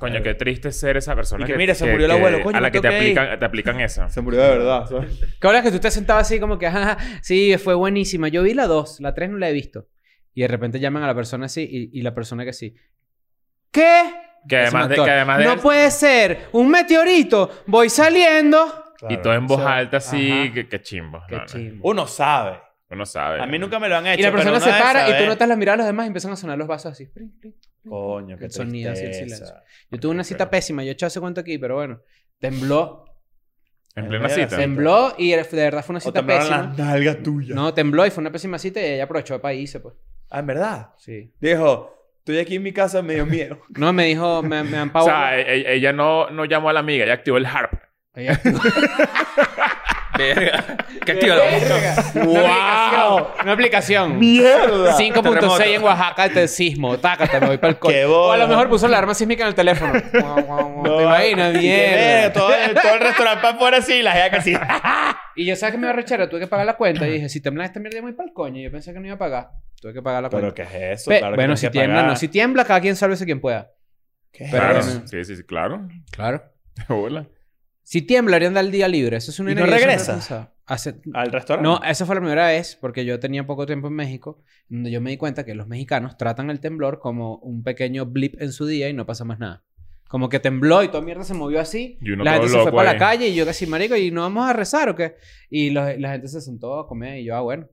Speaker 3: Coño, qué triste ser esa persona.
Speaker 4: Y que mira, se murió el abuelo, coño,
Speaker 3: A la
Speaker 4: me
Speaker 3: que te
Speaker 4: toca ir.
Speaker 3: aplican, te aplican esa.
Speaker 4: Se murió de verdad. ¿sabes?
Speaker 2: Que ahora es que tú te sentado así como que, (laughs) ajá, sí, fue buenísima. Yo vi la 2, la 3 no la he visto. Y de repente llaman a la persona así y, y la persona que sí. ¿Qué?
Speaker 3: Que
Speaker 2: Es un
Speaker 3: además de-
Speaker 2: actor.
Speaker 3: que además de-
Speaker 2: No puede ser. Un meteorito. Voy saliendo.
Speaker 3: Y todo en voz
Speaker 2: Claro.
Speaker 3: alta así,
Speaker 2: Ajá.
Speaker 3: que, que chimbo.
Speaker 2: Qué
Speaker 3: no, no.
Speaker 2: chimbo.
Speaker 4: Uno sabe.
Speaker 3: Uno sabe.
Speaker 4: A mí nunca me lo han hecho.
Speaker 2: Y la persona
Speaker 4: pero
Speaker 2: se
Speaker 4: uno debe
Speaker 2: para y
Speaker 4: saber.
Speaker 2: tú notas la mirada de los demás y empiezan a sonar los vasos así. Pling, pling, pling.
Speaker 4: Coño, qué
Speaker 2: El sonido así, el
Speaker 4: tristeza.
Speaker 2: silencio. Yo tuve una cita
Speaker 3: Ok.
Speaker 2: pésima. Yo he hecho hace cuánto aquí, pero bueno. Tembló.
Speaker 3: En plena
Speaker 4: Mira,
Speaker 3: cita.
Speaker 2: Tembló y de verdad fue una
Speaker 4: O
Speaker 2: cita
Speaker 4: temblaron
Speaker 2: pésima.
Speaker 4: las nalgas tuyas.
Speaker 2: No, tembló y fue una pésima cita y ella aprovechó para irse, pues.
Speaker 4: Ah, en verdad.
Speaker 2: Sí.
Speaker 4: Dijo, estoy aquí en mi casa, me dio miedo.
Speaker 2: (laughs) No, me dijo, me, me han
Speaker 3: (laughs) O
Speaker 2: pagado.
Speaker 3: sea, e- e- ella no, no llamó a la amiga, ella activó el
Speaker 4: (laughs)
Speaker 3: harp.
Speaker 2: Ella-
Speaker 5: Verga.
Speaker 4: (laughs)
Speaker 5: ¿Qué activado?
Speaker 2: Una aplicación. Una aplicación.
Speaker 4: ¡Mierda!
Speaker 2: 5.6 en Oaxaca de sismo. Tácate, me voy para el
Speaker 4: (laughs) ¡Qué
Speaker 2: coche.
Speaker 4: bola!
Speaker 2: O a lo mejor puso la arma sísmica en el
Speaker 4: (laughs)
Speaker 2: teléfono. Guau, guau, guau. Te imaginas,
Speaker 4: bien.
Speaker 2: mierda.
Speaker 4: Todo, todo el restaurante para afuera así, la gente así.
Speaker 2: Y yo sabes que me iba a rechazar, tuve que pagar la cuenta. Y dije, si tembla esta mierda, yo me voy para el coño. Yo pensé que no iba a pagar. Tuve que pagar la
Speaker 4: ¿Pero
Speaker 2: cuenta.
Speaker 4: qué es eso?
Speaker 2: Pe-
Speaker 4: Claro que
Speaker 2: bueno,
Speaker 4: tienes
Speaker 2: si
Speaker 4: que
Speaker 2: tiembla,
Speaker 4: pagar.
Speaker 2: no. Si tiembla, cada quien sálvese quien pueda.
Speaker 4: ¿Qué es
Speaker 2: Pero
Speaker 3: Claro.
Speaker 2: bueno.
Speaker 3: Sí, sí, sí, claro. (laughs)
Speaker 2: Claro.
Speaker 3: Hola.
Speaker 2: Si tiembla, haría andar el día libre. Eso es una
Speaker 4: ¿Y no
Speaker 2: idea que yo siempre
Speaker 4: regresa?
Speaker 2: he pensado. Hace,
Speaker 4: ¿Al restaurante?
Speaker 2: No, esa fue la primera vez, porque yo tenía poco tiempo en México, donde yo me di cuenta que los mexicanos tratan el temblor como un pequeño blip en su día y no pasa más nada. Como que tembló y toda mierda se movió así.
Speaker 3: Y uno
Speaker 2: la
Speaker 3: todo
Speaker 2: gente se fue
Speaker 3: loco
Speaker 2: para la
Speaker 3: ahí.
Speaker 2: calle y yo casi, marico, ¿y no vamos a rezar o qué? Y los- la gente se sentó a comer y yo, ah, bueno.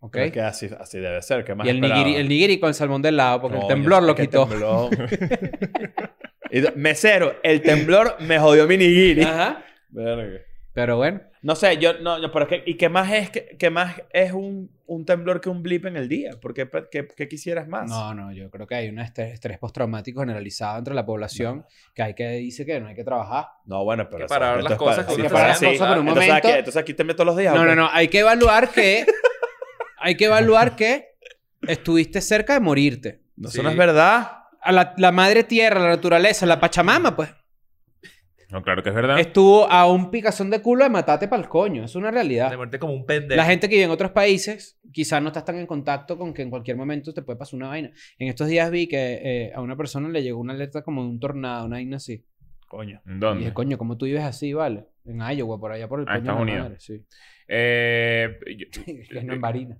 Speaker 2: Ok.
Speaker 4: Pero es que así, así debe ser. ¿Qué más
Speaker 2: Y el
Speaker 4: esperaba?
Speaker 2: nigiri, el nigiri con el salmón del lado, porque el
Speaker 4: Coño,
Speaker 2: temblor lo
Speaker 4: qué
Speaker 2: quitó.
Speaker 4: temblor. Y do- Mesero, el temblor me jodió mi
Speaker 2: (laughs)
Speaker 4: nigiri.
Speaker 2: Ajá.
Speaker 4: Verga.
Speaker 2: Pero bueno.
Speaker 4: No sé, yo no, no, pero es que, ¿y qué más es que, qué más es un, un temblor que un blip en el día? ¿Por qué, qué- qué quisieras más?
Speaker 2: No, no, yo creo que hay un estrés, estrés postraumático generalizado entre la población que hay que dice que no hay que trabajar.
Speaker 4: No, bueno, pero
Speaker 5: Que parar las cosas que
Speaker 4: que
Speaker 2: uno está haciendo, ¿sabes? Un
Speaker 4: entonces,
Speaker 2: momento.
Speaker 4: aquí, entonces aquí te meto todos los días.
Speaker 2: No,
Speaker 4: ¿o
Speaker 2: no,
Speaker 4: qué?
Speaker 2: no. Hay que evaluar que. hay que evaluar que estuviste cerca de morirte.
Speaker 4: No,
Speaker 5: Sí.
Speaker 4: Eso no es verdad.
Speaker 2: A la, la madre tierra, la naturaleza, la Pachamama, pues.
Speaker 3: No, claro que es verdad.
Speaker 4: Este
Speaker 2: Estuvo a un picazón de culo de matarte pa'l coño. Es una
Speaker 5: Te
Speaker 2: realidad.
Speaker 5: muerte como un pendejo.
Speaker 2: La gente que vive en otros países, quizás no estás tan en contacto con que en cualquier momento te puede pasar una vaina. En estos días vi que eh, a una persona le llegó una alerta como de un tornado, una vaina así.
Speaker 4: Coño.
Speaker 2: Y
Speaker 3: ¿Dónde?
Speaker 2: dije, coño, ¿cómo tú vives así, vale? En Iowa, por allá por el
Speaker 3: Ah,
Speaker 2: coño de la
Speaker 3: Estados Unidos.
Speaker 2: madre, sí. (laughs)
Speaker 3: Eh, yo-
Speaker 2: Que no en Barinas.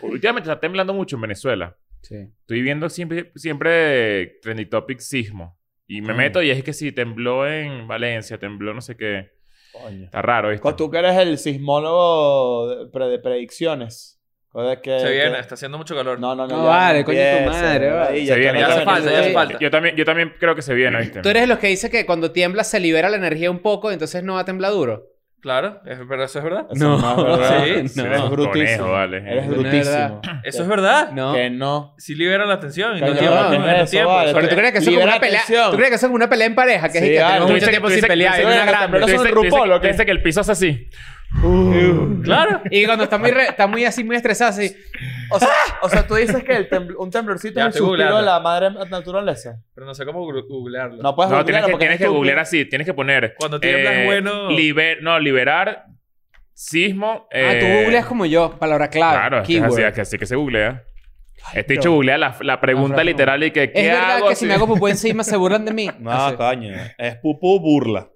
Speaker 3: últimamente está temblando mucho en Venezuela.
Speaker 2: Sí.
Speaker 3: Estoy viendo siempre, siempre Trendy Topic sismo. Y me
Speaker 2: Mm.
Speaker 3: meto y es que sí, tembló en Valencia, tembló no sé qué.
Speaker 4: Coño.
Speaker 3: Está raro esto.
Speaker 4: Co- Tú que eres el sismólogo de, pre- de predicciones. Cosa que,
Speaker 5: Se viene,
Speaker 4: que-
Speaker 5: está haciendo mucho calor.
Speaker 4: No, no, no.
Speaker 2: No,
Speaker 4: ya,
Speaker 2: vale,
Speaker 4: no
Speaker 2: coño, tu
Speaker 4: empieces,
Speaker 2: madre,
Speaker 4: ¿verdad?
Speaker 2: vale.
Speaker 4: Y
Speaker 3: Se viene,
Speaker 4: está
Speaker 5: ya hace
Speaker 4: metiendo
Speaker 5: falta, ya
Speaker 4: en
Speaker 5: hace
Speaker 4: el-
Speaker 5: falta.
Speaker 3: Yo también, yo también creo que se viene, ¿viste?
Speaker 2: Tú eres de los que dice que cuando tiembla se libera la energía un poco, entonces no va a temblar duro.
Speaker 5: Claro, es- pero eso es verdad.
Speaker 4: Eso No, es verdad.
Speaker 5: Sí,
Speaker 3: Sí, eres
Speaker 2: no.
Speaker 3: un
Speaker 4: brutísimo.
Speaker 3: conejo, vale.
Speaker 4: Eres
Speaker 2: Tú no eres
Speaker 4: brutísimo.
Speaker 5: Eso es verdad.
Speaker 2: No.
Speaker 4: Que no.
Speaker 5: Sí liberan la tensión y no
Speaker 4: Coño,
Speaker 5: tiembla
Speaker 4: no,
Speaker 5: al mismo
Speaker 4: eso
Speaker 5: tiempo.
Speaker 4: vale,
Speaker 5: Eso
Speaker 2: Pero tú
Speaker 5: es-
Speaker 2: crees que eso es como
Speaker 4: Libera
Speaker 2: una pelea.
Speaker 4: tensión.
Speaker 2: ¿Tú crees que eso es como una pelea en pareja, que
Speaker 4: Sí,
Speaker 2: es que
Speaker 4: vale.
Speaker 2: tenemos
Speaker 4: Tú
Speaker 2: mucho
Speaker 3: dices-
Speaker 2: tiempo
Speaker 3: tú
Speaker 2: sin
Speaker 3: dices-
Speaker 2: pelear,
Speaker 3: tú
Speaker 2: es
Speaker 3: dices-
Speaker 2: una gran.
Speaker 4: Pero
Speaker 3: Tú
Speaker 4: son
Speaker 3: dices-
Speaker 4: RuPaul,
Speaker 3: tú dices-
Speaker 4: ¿o qué?
Speaker 3: tú dices que el piso es así.
Speaker 5: Claro.
Speaker 2: Y cuando está muy, re- está muy así, muy estresada, así.
Speaker 4: O sea, o sea, (laughs) tú dices que el tembl- un temblorcito es
Speaker 5: Ya
Speaker 4: el
Speaker 5: estoy
Speaker 4: suspiro
Speaker 5: googleando.
Speaker 4: de la madre naturaleza.
Speaker 5: Pero no sé cómo gu- googlearlo.
Speaker 4: No puedes
Speaker 3: No, tienes
Speaker 4: googlearlo
Speaker 3: que,
Speaker 4: porque
Speaker 3: tienes
Speaker 4: es
Speaker 3: que
Speaker 4: estúpido.
Speaker 3: googlear así. Tienes que poner... eh,
Speaker 5: Cuando tiembla es bueno.
Speaker 3: liber- no, liberar sismo.
Speaker 2: Ah, tú
Speaker 3: eh,
Speaker 2: googleas como yo, palabra clave.
Speaker 3: Claro, es que es
Speaker 2: keyword.
Speaker 3: así, es que así que se googlea. Este dicho googlea la, la pregunta
Speaker 2: frase no.
Speaker 3: literal y que ¿qué
Speaker 2: ¿Es verdad
Speaker 3: hago
Speaker 2: que si
Speaker 3: así?
Speaker 2: me hago pupú encima se burlan de mí? Así.
Speaker 4: No, coño. Es pupú burla.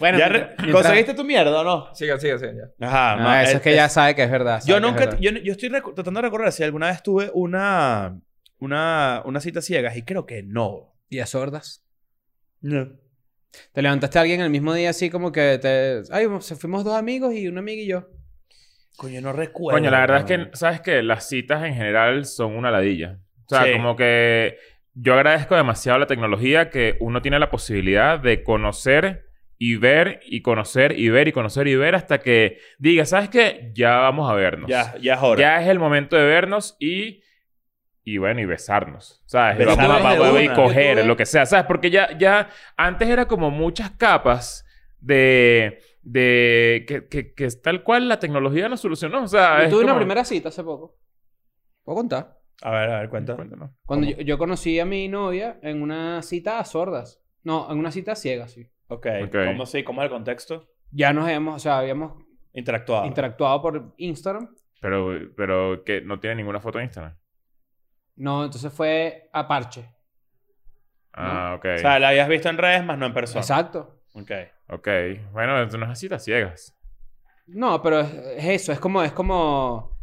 Speaker 2: Bueno,
Speaker 4: ¿Ya
Speaker 2: mientras-
Speaker 4: re-
Speaker 2: mientras-
Speaker 4: conseguiste tu mierda o no?
Speaker 5: Sigan, sigan, sigan. ya.
Speaker 4: Ajá.
Speaker 2: No, Ah, eso es, que ya sabe que es verdad. sabe
Speaker 4: Yo
Speaker 2: que es
Speaker 4: nunca,
Speaker 2: verdad.
Speaker 4: yo, yo estoy recu- tratando de recordar si alguna vez tuve una, una, una cita ciegas y creo que no.
Speaker 2: Y a sordas.
Speaker 4: No.
Speaker 2: Te levantaste a alguien el mismo día así como que te... Ay, se fuimos dos amigos y una amiga y yo.
Speaker 4: Coño, no recuerdo.
Speaker 3: Coño, la verdad es
Speaker 4: no.
Speaker 3: que, ¿sabes qué? Las citas en general son una ladilla. O sea,
Speaker 4: Sí.
Speaker 3: como que yo agradezco demasiado la tecnología que uno tiene la posibilidad de conocer y ver y conocer y ver y conocer y ver hasta que diga, ¿sabes qué? Ya vamos a vernos.
Speaker 4: Ya, ya es hora.
Speaker 3: Ya es el momento de vernos y... Y bueno, y besarnos, ¿sabes? Y
Speaker 4: Besarnos
Speaker 3: vamos a-
Speaker 4: de
Speaker 3: vamos a- y
Speaker 4: una.
Speaker 3: coger,
Speaker 2: Yo tuve-
Speaker 3: lo que sea, ¿sabes? Porque ya, ya antes era como muchas capas de... de que, que, que es tal cual la tecnología nos solucionó, o sea...
Speaker 2: Yo
Speaker 3: Ah, es
Speaker 2: tuve una
Speaker 3: como-
Speaker 2: primera cita hace poco. ¿Puedo contar?
Speaker 4: A ver, a ver, cuenta.
Speaker 3: Cuéntanos.
Speaker 2: Cuando yo, yo conocí a mi novia en una cita a sordas. No, en una cita a ciegas, sí.
Speaker 4: Ok.
Speaker 3: Ok.
Speaker 4: ¿Cómo, sí? ¿Cómo es el contexto?
Speaker 2: Ya nos habíamos, o sea, habíamos
Speaker 4: Interactuado.
Speaker 2: interactuado por Instagram.
Speaker 3: Pero, pero que no tiene ninguna foto en Instagram.
Speaker 2: No, entonces fue a parche.
Speaker 3: Ah, ok.
Speaker 4: O sea, la habías visto en redes, más no en persona.
Speaker 2: Exacto.
Speaker 4: Ok.
Speaker 3: Ok. Bueno, entonces no es así, las ciegas.
Speaker 2: No, pero es, es eso, es como, es como...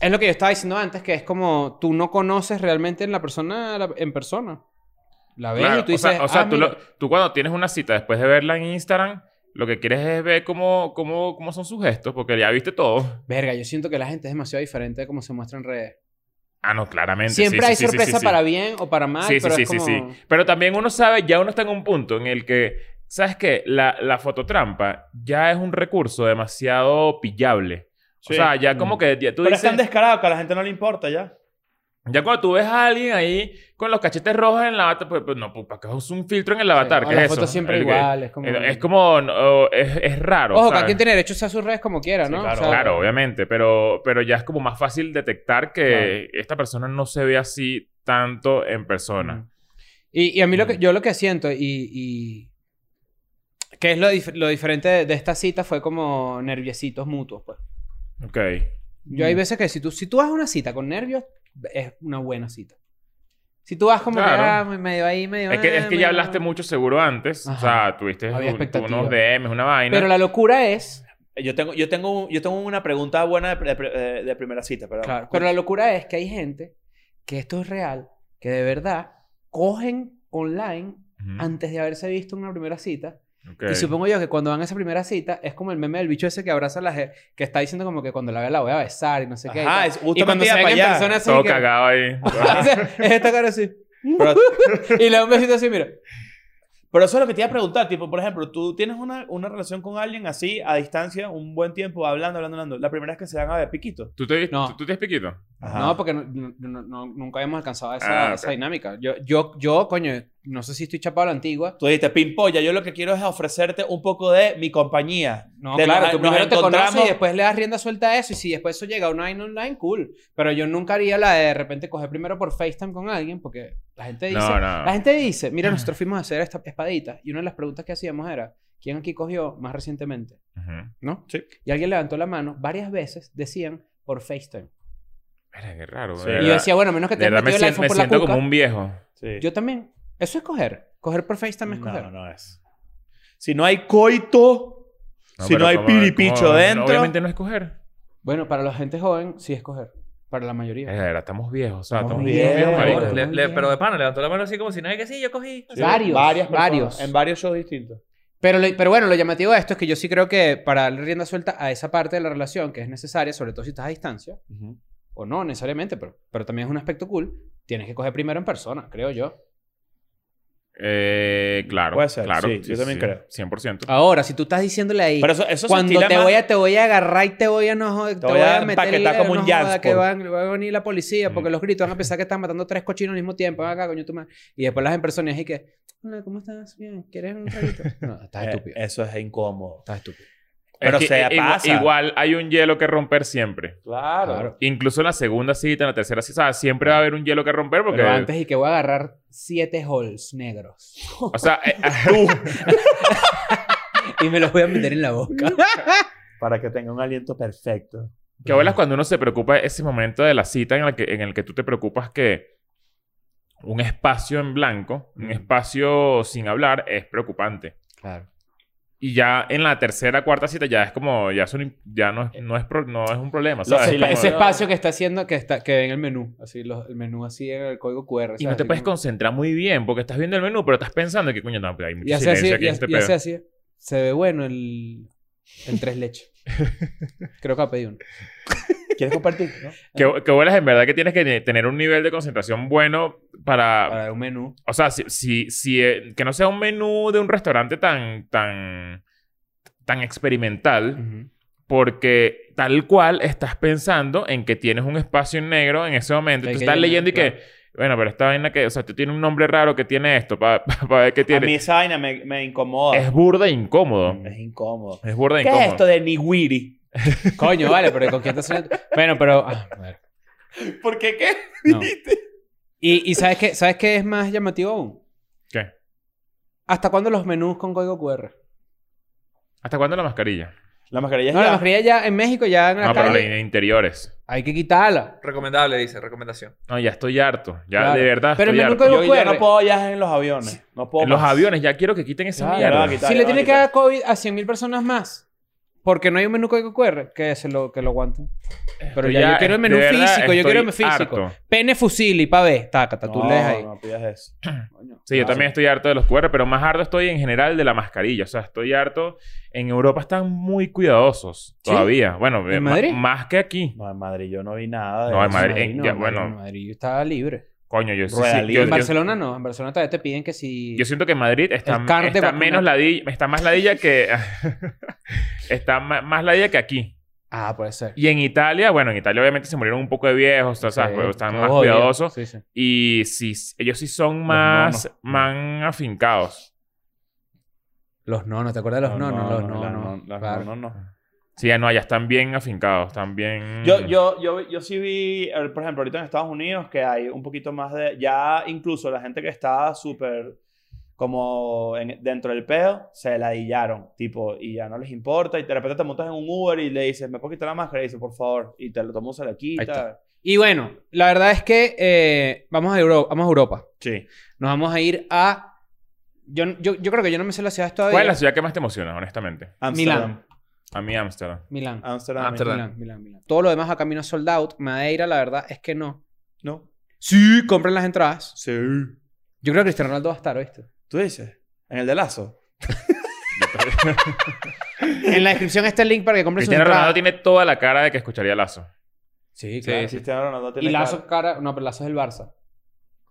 Speaker 2: Es lo que yo estaba diciendo antes, que es como tú no conoces realmente en la persona, la- en persona. La ves
Speaker 3: Claro,
Speaker 2: y tú
Speaker 3: o sea,
Speaker 2: dices,
Speaker 3: o sea,
Speaker 2: "Ah,
Speaker 3: tú,
Speaker 2: mira".
Speaker 3: lo- tú cuando tienes una cita después de verla en Instagram, lo que quieres es ver cómo, cómo, cómo son sus gestos, porque ya viste todo.
Speaker 2: Verga, yo siento que la gente es demasiado diferente de cómo se muestra en redes.
Speaker 3: Ah, no, claramente.
Speaker 2: Siempre
Speaker 3: sí,
Speaker 2: hay
Speaker 3: sí, sí, sí,
Speaker 2: sorpresa
Speaker 3: sí.
Speaker 2: para bien o para mal,
Speaker 3: Sí, sí,
Speaker 2: pero
Speaker 3: sí,
Speaker 2: es
Speaker 3: sí, sí.
Speaker 2: como-
Speaker 3: Pero también uno sabe, ya uno está en un punto en el que, ¿sabes qué? La, la fototrampa ya es un recurso demasiado pillable. O
Speaker 4: Sí.
Speaker 3: sea, ya
Speaker 2: Mm.
Speaker 3: como que ya tú
Speaker 4: Pero es
Speaker 3: dices...
Speaker 4: tan descarado que a la gente no le importa ya.
Speaker 3: Ya cuando tú ves a alguien ahí con los cachetes rojos en la avatar, pues, pues no, pues ¿para qué es un filtro en el avatar?
Speaker 2: Sí, o
Speaker 3: ¿Qué
Speaker 2: la
Speaker 3: es eso?
Speaker 2: foto siempre
Speaker 3: El que-
Speaker 2: igual, es como...
Speaker 3: Es como... no, es, es raro,
Speaker 2: Ojo, cada
Speaker 3: ¿sabes?
Speaker 2: quien tiene derecho a usar sus redes como quiera,
Speaker 4: Sí,
Speaker 2: ¿no?
Speaker 4: claro,
Speaker 2: O sea,
Speaker 3: Claro, obviamente, pero, pero ya es como más fácil detectar que esta persona no se ve así tanto en persona.
Speaker 2: Mm. Y, y a mí lo que, yo lo que siento y... y- que es lo, dif- lo diferente de, de esta cita fue como nerviositos mutuos, pues.
Speaker 3: Ok.
Speaker 2: Yo
Speaker 3: Mm.
Speaker 2: hay veces que si tú, si tú vas a una cita con nervios, es una buena cita. Si tú vas como que,
Speaker 3: Claro.
Speaker 2: ah, medio ahí, medio...
Speaker 3: Es que,
Speaker 2: ah,
Speaker 3: es que ya
Speaker 2: medio-
Speaker 3: hablaste mucho seguro antes. O sea, tuviste
Speaker 2: Había
Speaker 3: un-
Speaker 2: expectativa.
Speaker 3: unos DMs, una vaina.
Speaker 2: Pero la locura es...
Speaker 4: Yo tengo, yo tengo, yo tengo una pregunta buena de, pre- de- de primera cita, pero...
Speaker 2: Claro, Pero la locura es que hay gente que esto es real, que de verdad cogen online
Speaker 3: Ujú.
Speaker 2: antes de haberse visto en una primera cita.
Speaker 3: Ok.
Speaker 2: Y supongo yo que cuando van a esa primera cita es como el meme del bicho ese que abraza a la gente, que está diciendo como que cuando la vea la voy a besar y no sé qué. y
Speaker 4: Ajá,
Speaker 2: tal.
Speaker 4: es justamente
Speaker 2: y cuando se
Speaker 4: iba
Speaker 2: ven
Speaker 4: para
Speaker 2: en
Speaker 4: allá.
Speaker 2: persona así.
Speaker 3: Todo
Speaker 2: que- (laughs)
Speaker 3: cagado ahí. Ah,
Speaker 2: O sea, es esta cara así.
Speaker 4: Pero-
Speaker 2: (laughs) y le da un besito así, mira.
Speaker 4: Pero eso es lo que te iba a preguntar, tipo, por ejemplo, tú tienes una, una relación con alguien así, a distancia, un buen tiempo, hablando, hablando, hablando. La primera vez que se dan a ver piquito.
Speaker 3: ¿Tú te,
Speaker 2: No.
Speaker 3: tú, tú te has piquito?
Speaker 2: No, porque no- no- no- no- nunca habíamos alcanzado esa,
Speaker 3: Ah, ok.
Speaker 2: esa dinámica. Yo, yo, yo, coño, no sé si estoy chapado a la antigua.
Speaker 4: Tú dijiste, pimpolla, yo lo que quiero es ofrecerte un poco de mi compañía.
Speaker 2: No,
Speaker 4: De
Speaker 2: claro,
Speaker 4: nos-
Speaker 2: tú
Speaker 4: nos
Speaker 2: primero te conoces
Speaker 4: encontramos-
Speaker 2: y después le das rienda suelta a eso. Y si después eso llega a una vaina online, cool. Pero yo nunca haría la de de repente coger primero por FaceTime con alguien porque la gente dice...
Speaker 3: No,
Speaker 2: La
Speaker 3: no.
Speaker 2: gente dice, mira, nosotros fuimos a hacer esta espadita y una de las preguntas que hacíamos era, ¿quién aquí cogió más recientemente?
Speaker 3: Ujú.
Speaker 2: ¿No?
Speaker 4: Sí.
Speaker 2: Y alguien levantó la mano, varias veces decían por FaceTime.
Speaker 3: Mira, qué raro.
Speaker 4: Sí.
Speaker 3: de
Speaker 4: Y yo
Speaker 2: Y
Speaker 3: verdad.
Speaker 2: yo decía, bueno, a menos que
Speaker 3: De
Speaker 2: te hayas
Speaker 3: verdad me
Speaker 2: metido el iPhone
Speaker 3: siento, me
Speaker 2: por la
Speaker 3: siento
Speaker 2: cuca.
Speaker 3: como un viejo.
Speaker 4: Sí.
Speaker 2: Yo también. Eso es coger. Coger por FaceTime es coger.
Speaker 4: No, no es. Si no hay coito, si
Speaker 3: pero
Speaker 4: no hay
Speaker 3: como-
Speaker 4: piripicho
Speaker 3: como-
Speaker 4: dentro.
Speaker 3: Obviamente no es coger.
Speaker 2: Bueno, para la gente joven sí es coger. Para la
Speaker 3: Es
Speaker 2: mayoría.
Speaker 3: verdad, estamos viejos. O sea,
Speaker 2: Estamos
Speaker 3: estamos viejos,
Speaker 2: viejos,
Speaker 3: viejos, marico.
Speaker 5: Le- le- pero de pana, levantó la mano así como si nadie que sí, yo cogí.
Speaker 4: Sí,
Speaker 2: Varios,
Speaker 4: varias personas,
Speaker 2: varios.
Speaker 4: En varios shows distintos.
Speaker 2: Pero, le- pero bueno, lo llamativo de esto es que yo sí creo que para darle rienda suelta a esa parte de la relación que es necesaria, sobre todo si estás a distancia, o no necesariamente, pero, pero también es un aspecto cool, tienes que coger primero en persona, creo yo.
Speaker 3: Eh, claro.
Speaker 4: Puede ser,
Speaker 3: claro,
Speaker 4: sí, yo también creo.
Speaker 3: 100%.
Speaker 2: Ahora, si tú estás diciéndole ahí,
Speaker 4: Pero eso, eso
Speaker 2: cuando
Speaker 4: se estila
Speaker 2: te
Speaker 4: más-
Speaker 2: voy a te voy a agarrar y te voy a no joder, te, voy a meter
Speaker 4: empaquetar
Speaker 2: el dedo,
Speaker 4: como un
Speaker 2: no joda,
Speaker 4: Jansport.
Speaker 2: que van- va a venir la policía porque
Speaker 3: Mm.
Speaker 2: los gritos van a pensar que están matando tres cochinos al mismo tiempo, ven acá coño tu madre. Y después las en persona y que, hola, ¿cómo estás? Bien, ¿quieres un traguito?
Speaker 4: (laughs)
Speaker 2: No, estás
Speaker 4: Eh,
Speaker 2: estúpido.
Speaker 4: Eso es incómodo.
Speaker 2: Estás estúpido.
Speaker 4: Pero
Speaker 3: que
Speaker 4: se
Speaker 3: i- igu-
Speaker 4: pasa.
Speaker 3: Igual hay un hielo que romper siempre.
Speaker 4: Claro.
Speaker 2: Claro.
Speaker 3: Incluso en la segunda cita, en la tercera cita, o sea, siempre va a haber un hielo que romper porque...
Speaker 2: Pero antes y que voy a agarrar siete holes negros.
Speaker 3: O sea,
Speaker 2: (laughs)
Speaker 3: eh,
Speaker 2: y me los voy a meter en la boca.
Speaker 4: Para que tenga un aliento perfecto.
Speaker 3: que abuelas cuando uno se preocupa ese momento de la cita en el que, en el que tú te preocupas que un espacio en blanco, un espacio sin hablar, es preocupante.
Speaker 2: Claro.
Speaker 3: Y ya en la tercera, cuarta cita ya es como, ya, son, ya no, es- no, es pro- no es un problema, ¿sabes?
Speaker 4: sí,
Speaker 3: Como-
Speaker 2: ese
Speaker 4: Ese
Speaker 2: espacio
Speaker 4: espacio
Speaker 2: que está haciendo, que está, que ven el menú, así el menú así en el código QR.
Speaker 3: Y no te puedes concentrar muy bien porque estás viendo el menú, pero estás pensando que, coño, no, pero hay mucho
Speaker 2: Y hace así,
Speaker 3: silencio
Speaker 2: y,
Speaker 3: aquí en este
Speaker 2: hace- y hace
Speaker 3: pedo.
Speaker 2: así. Se ve bueno el, el tres
Speaker 3: (laughs)
Speaker 2: leches. Creo que ha pedido uno.
Speaker 4: ¿Quieres compartir? no?
Speaker 3: Que, que vuelas en verdad que tienes que tener un nivel de concentración bueno para...
Speaker 2: Para un menú.
Speaker 3: o sea, si, si, si, eh, que no sea un menú de un restaurante tan, tan, tan experimental, porque tal cual estás pensando en que tienes un espacio en negro en ese momento.
Speaker 2: Hay
Speaker 3: Tú
Speaker 2: que
Speaker 3: estás
Speaker 2: llenar,
Speaker 3: leyendo y
Speaker 2: claro.
Speaker 3: que... Bueno, pero esta vaina que... O sea, tú tienes un nombre raro que tiene esto (laughs) para ver qué
Speaker 4: A mí
Speaker 3: tiene.
Speaker 4: esa vaina me, me incomoda.
Speaker 3: Es burda e incómodo.
Speaker 2: Mm.
Speaker 4: Es incómodo.
Speaker 3: Es burda e
Speaker 4: ¿Qué
Speaker 3: incómodo.
Speaker 4: es esto de niwiri?
Speaker 2: Coño, vale, pero ¿con quién te suena? Bueno, pero. ah, a ver,
Speaker 4: ¿Por qué qué?
Speaker 2: no. Y, y ¿sabes qué? ¿Sabes qué es más llamativo aún?
Speaker 3: ¿Qué?
Speaker 2: ¿Hasta cuándo los menús con código QR?
Speaker 3: ¿Hasta cuándo la mascarilla?
Speaker 4: La mascarilla es
Speaker 2: No, la
Speaker 4: ya.
Speaker 2: mascarilla ya en México ya en la
Speaker 3: No, pero
Speaker 2: calle.
Speaker 3: de interiores.
Speaker 2: hay que quitarla.
Speaker 5: Recomendable, dice, recomendación.
Speaker 3: No, ya estoy harto. Ya,
Speaker 2: Claro.
Speaker 3: de verdad.
Speaker 2: Pero
Speaker 3: estoy
Speaker 2: el menú
Speaker 3: harto.
Speaker 2: Pero
Speaker 4: Yo ya
Speaker 2: QR.
Speaker 4: no puedo viajar en los aviones. No puedo
Speaker 3: En los
Speaker 4: más.
Speaker 3: aviones, ya quiero que quiten esa
Speaker 4: Claro,
Speaker 3: mierda.
Speaker 4: no, quitar. Está
Speaker 2: Si
Speaker 4: bien,
Speaker 2: le
Speaker 4: no,
Speaker 2: tiene que
Speaker 4: quita.
Speaker 2: dar COVID a 100.000 personas más, porque no hay un menú código QR, que se lo, que lo aguanten. Pero
Speaker 3: Estoy
Speaker 2: ya, yo quiero el
Speaker 3: de
Speaker 2: menú
Speaker 3: verdad,
Speaker 2: físico, yo quiero el
Speaker 3: estoy
Speaker 2: físico.
Speaker 3: harto.
Speaker 2: Pene fusili, pa' ver. Taca, ta, tú
Speaker 4: no,
Speaker 2: lees ahí.
Speaker 4: No, pidas eso. Coño.
Speaker 3: Sí, yo
Speaker 4: Ah,
Speaker 3: también estoy harto de los QR, pero más harto estoy en general de la mascarilla. O sea, estoy harto. En Europa están muy cuidadosos
Speaker 2: ¿Sí?
Speaker 3: todavía. Bueno, eh,
Speaker 2: ¿En
Speaker 3: ma-
Speaker 2: Madrid?
Speaker 3: más que aquí.
Speaker 4: No, en Madrid yo no vi nada. de
Speaker 3: No, en
Speaker 4: eso.
Speaker 3: Madrid- eh, ya,
Speaker 2: en
Speaker 3: bueno.
Speaker 2: en Madrid estaba libre.
Speaker 3: Coño, yo sí-
Speaker 4: Rueda
Speaker 3: sí,
Speaker 4: libre.
Speaker 3: yo-
Speaker 2: en
Speaker 3: yo-
Speaker 2: Barcelona no. En Barcelona todavía te piden que si...
Speaker 3: Yo siento que Madrid está,
Speaker 2: El card de
Speaker 3: está
Speaker 2: vacuna.
Speaker 3: menos ladilla, está más ladilla que (laughs) está ma- más ladilla que aquí.
Speaker 2: Ah, puede ser.
Speaker 3: Y en Italia, bueno, en Italia obviamente se murieron un poco de viejos, o sea,
Speaker 2: Sí,
Speaker 3: pues, están
Speaker 2: todo
Speaker 3: más
Speaker 2: jodido.
Speaker 3: cuidadosos
Speaker 2: Sí, sí.
Speaker 3: y sí, ellos sí son más más afincados.
Speaker 2: Los nonos, ¿te acuerdas de los
Speaker 4: No,
Speaker 2: nonos?
Speaker 4: no,
Speaker 2: Los
Speaker 4: no,
Speaker 2: nonos.
Speaker 4: no,
Speaker 2: claro.
Speaker 4: no, no, no.
Speaker 3: Sí, ya no, allá están bien afincados, están bien
Speaker 4: Yo, yo, yo, yo sí vi, eh, por ejemplo, ahorita en Estados Unidos que hay un poquito más de. Ya incluso la gente que está súper como en- dentro del pedo se ladillaron, tipo, y ya no les importa. Y de repente te montas en un Uber y le dices, ¿me puedo quitar la máscara? Y dice, por favor. Y te lo tomo, se la quita.
Speaker 2: está. Y bueno, la verdad es que eh, vamos, a Euro- vamos a Europa.
Speaker 4: Sí.
Speaker 2: Nos vamos a ir a... Yo, yo, yo creo que yo no me sé las ciudades todavía.
Speaker 3: ¿Cuál es la ciudad que más te emociona, honestamente?
Speaker 4: Amsterdam.
Speaker 3: A mí Ámsterdam.
Speaker 2: Milán.
Speaker 4: Ah, Amsterdam.
Speaker 5: Ámsterdam.
Speaker 2: Milán, Milán, Milán. Todo lo demás a camino sold out. Madeira, la verdad es que no.
Speaker 4: No.
Speaker 2: Sí, compren las entradas.
Speaker 4: Sí.
Speaker 2: Yo creo que Cristiano Ronaldo va a estar, ¿oíste?
Speaker 4: ¿Tú dices? ¿En el de Lazo?
Speaker 2: En la descripción está el link para que compren sus
Speaker 3: Cristiano
Speaker 2: entradas.
Speaker 3: Ronaldo tiene toda la cara de que escucharía a Lazo.
Speaker 2: Sí,
Speaker 5: Sí,
Speaker 2: claro.
Speaker 5: sí.
Speaker 4: Cristiano Ronaldo tiene
Speaker 2: Y Lazo
Speaker 4: cara-
Speaker 2: cara... No, pero Lazo es el Barça.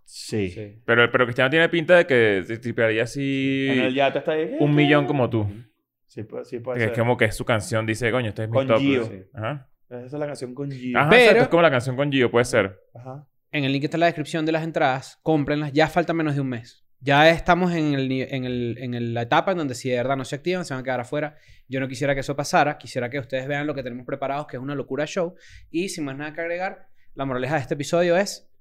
Speaker 4: Sí.
Speaker 2: Sí.
Speaker 3: Pero, pero Cristiano tiene pinta de que se tripearía así
Speaker 4: En el yate está ahí.
Speaker 3: un millón como tú.
Speaker 4: Sí, puede, sí puede
Speaker 3: Que es
Speaker 4: ser.
Speaker 3: como que es su canción, dice, coño, este es mi
Speaker 4: Con
Speaker 3: top.
Speaker 4: Gio.
Speaker 3: Sí. Ajá.
Speaker 4: Esa es la canción con Gio.
Speaker 3: Ajá,
Speaker 2: Pero-
Speaker 3: exacto, es como la canción con Gio, puede ser.
Speaker 4: Ajá.
Speaker 2: En el link está la descripción de las entradas. Cómprenlas. Ya falta menos de un mes. Ya estamos en, el, ni- en, el- en el- la etapa en donde si de verdad no se activan, se van a quedar afuera. Yo no quisiera que eso pasara. Quisiera que ustedes vean lo que tenemos preparados, que es una locura show. Y sin más nada que agregar, la moraleja de este episodio es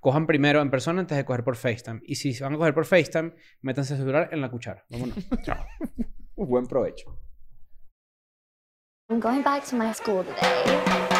Speaker 2: cojan primero en persona antes de coger por FaceTime. Y si se van a coger por FaceTime, métanse su celular en la cuchara. Vámonos.
Speaker 4: Buen provecho.
Speaker 1: I'm going back to my school today.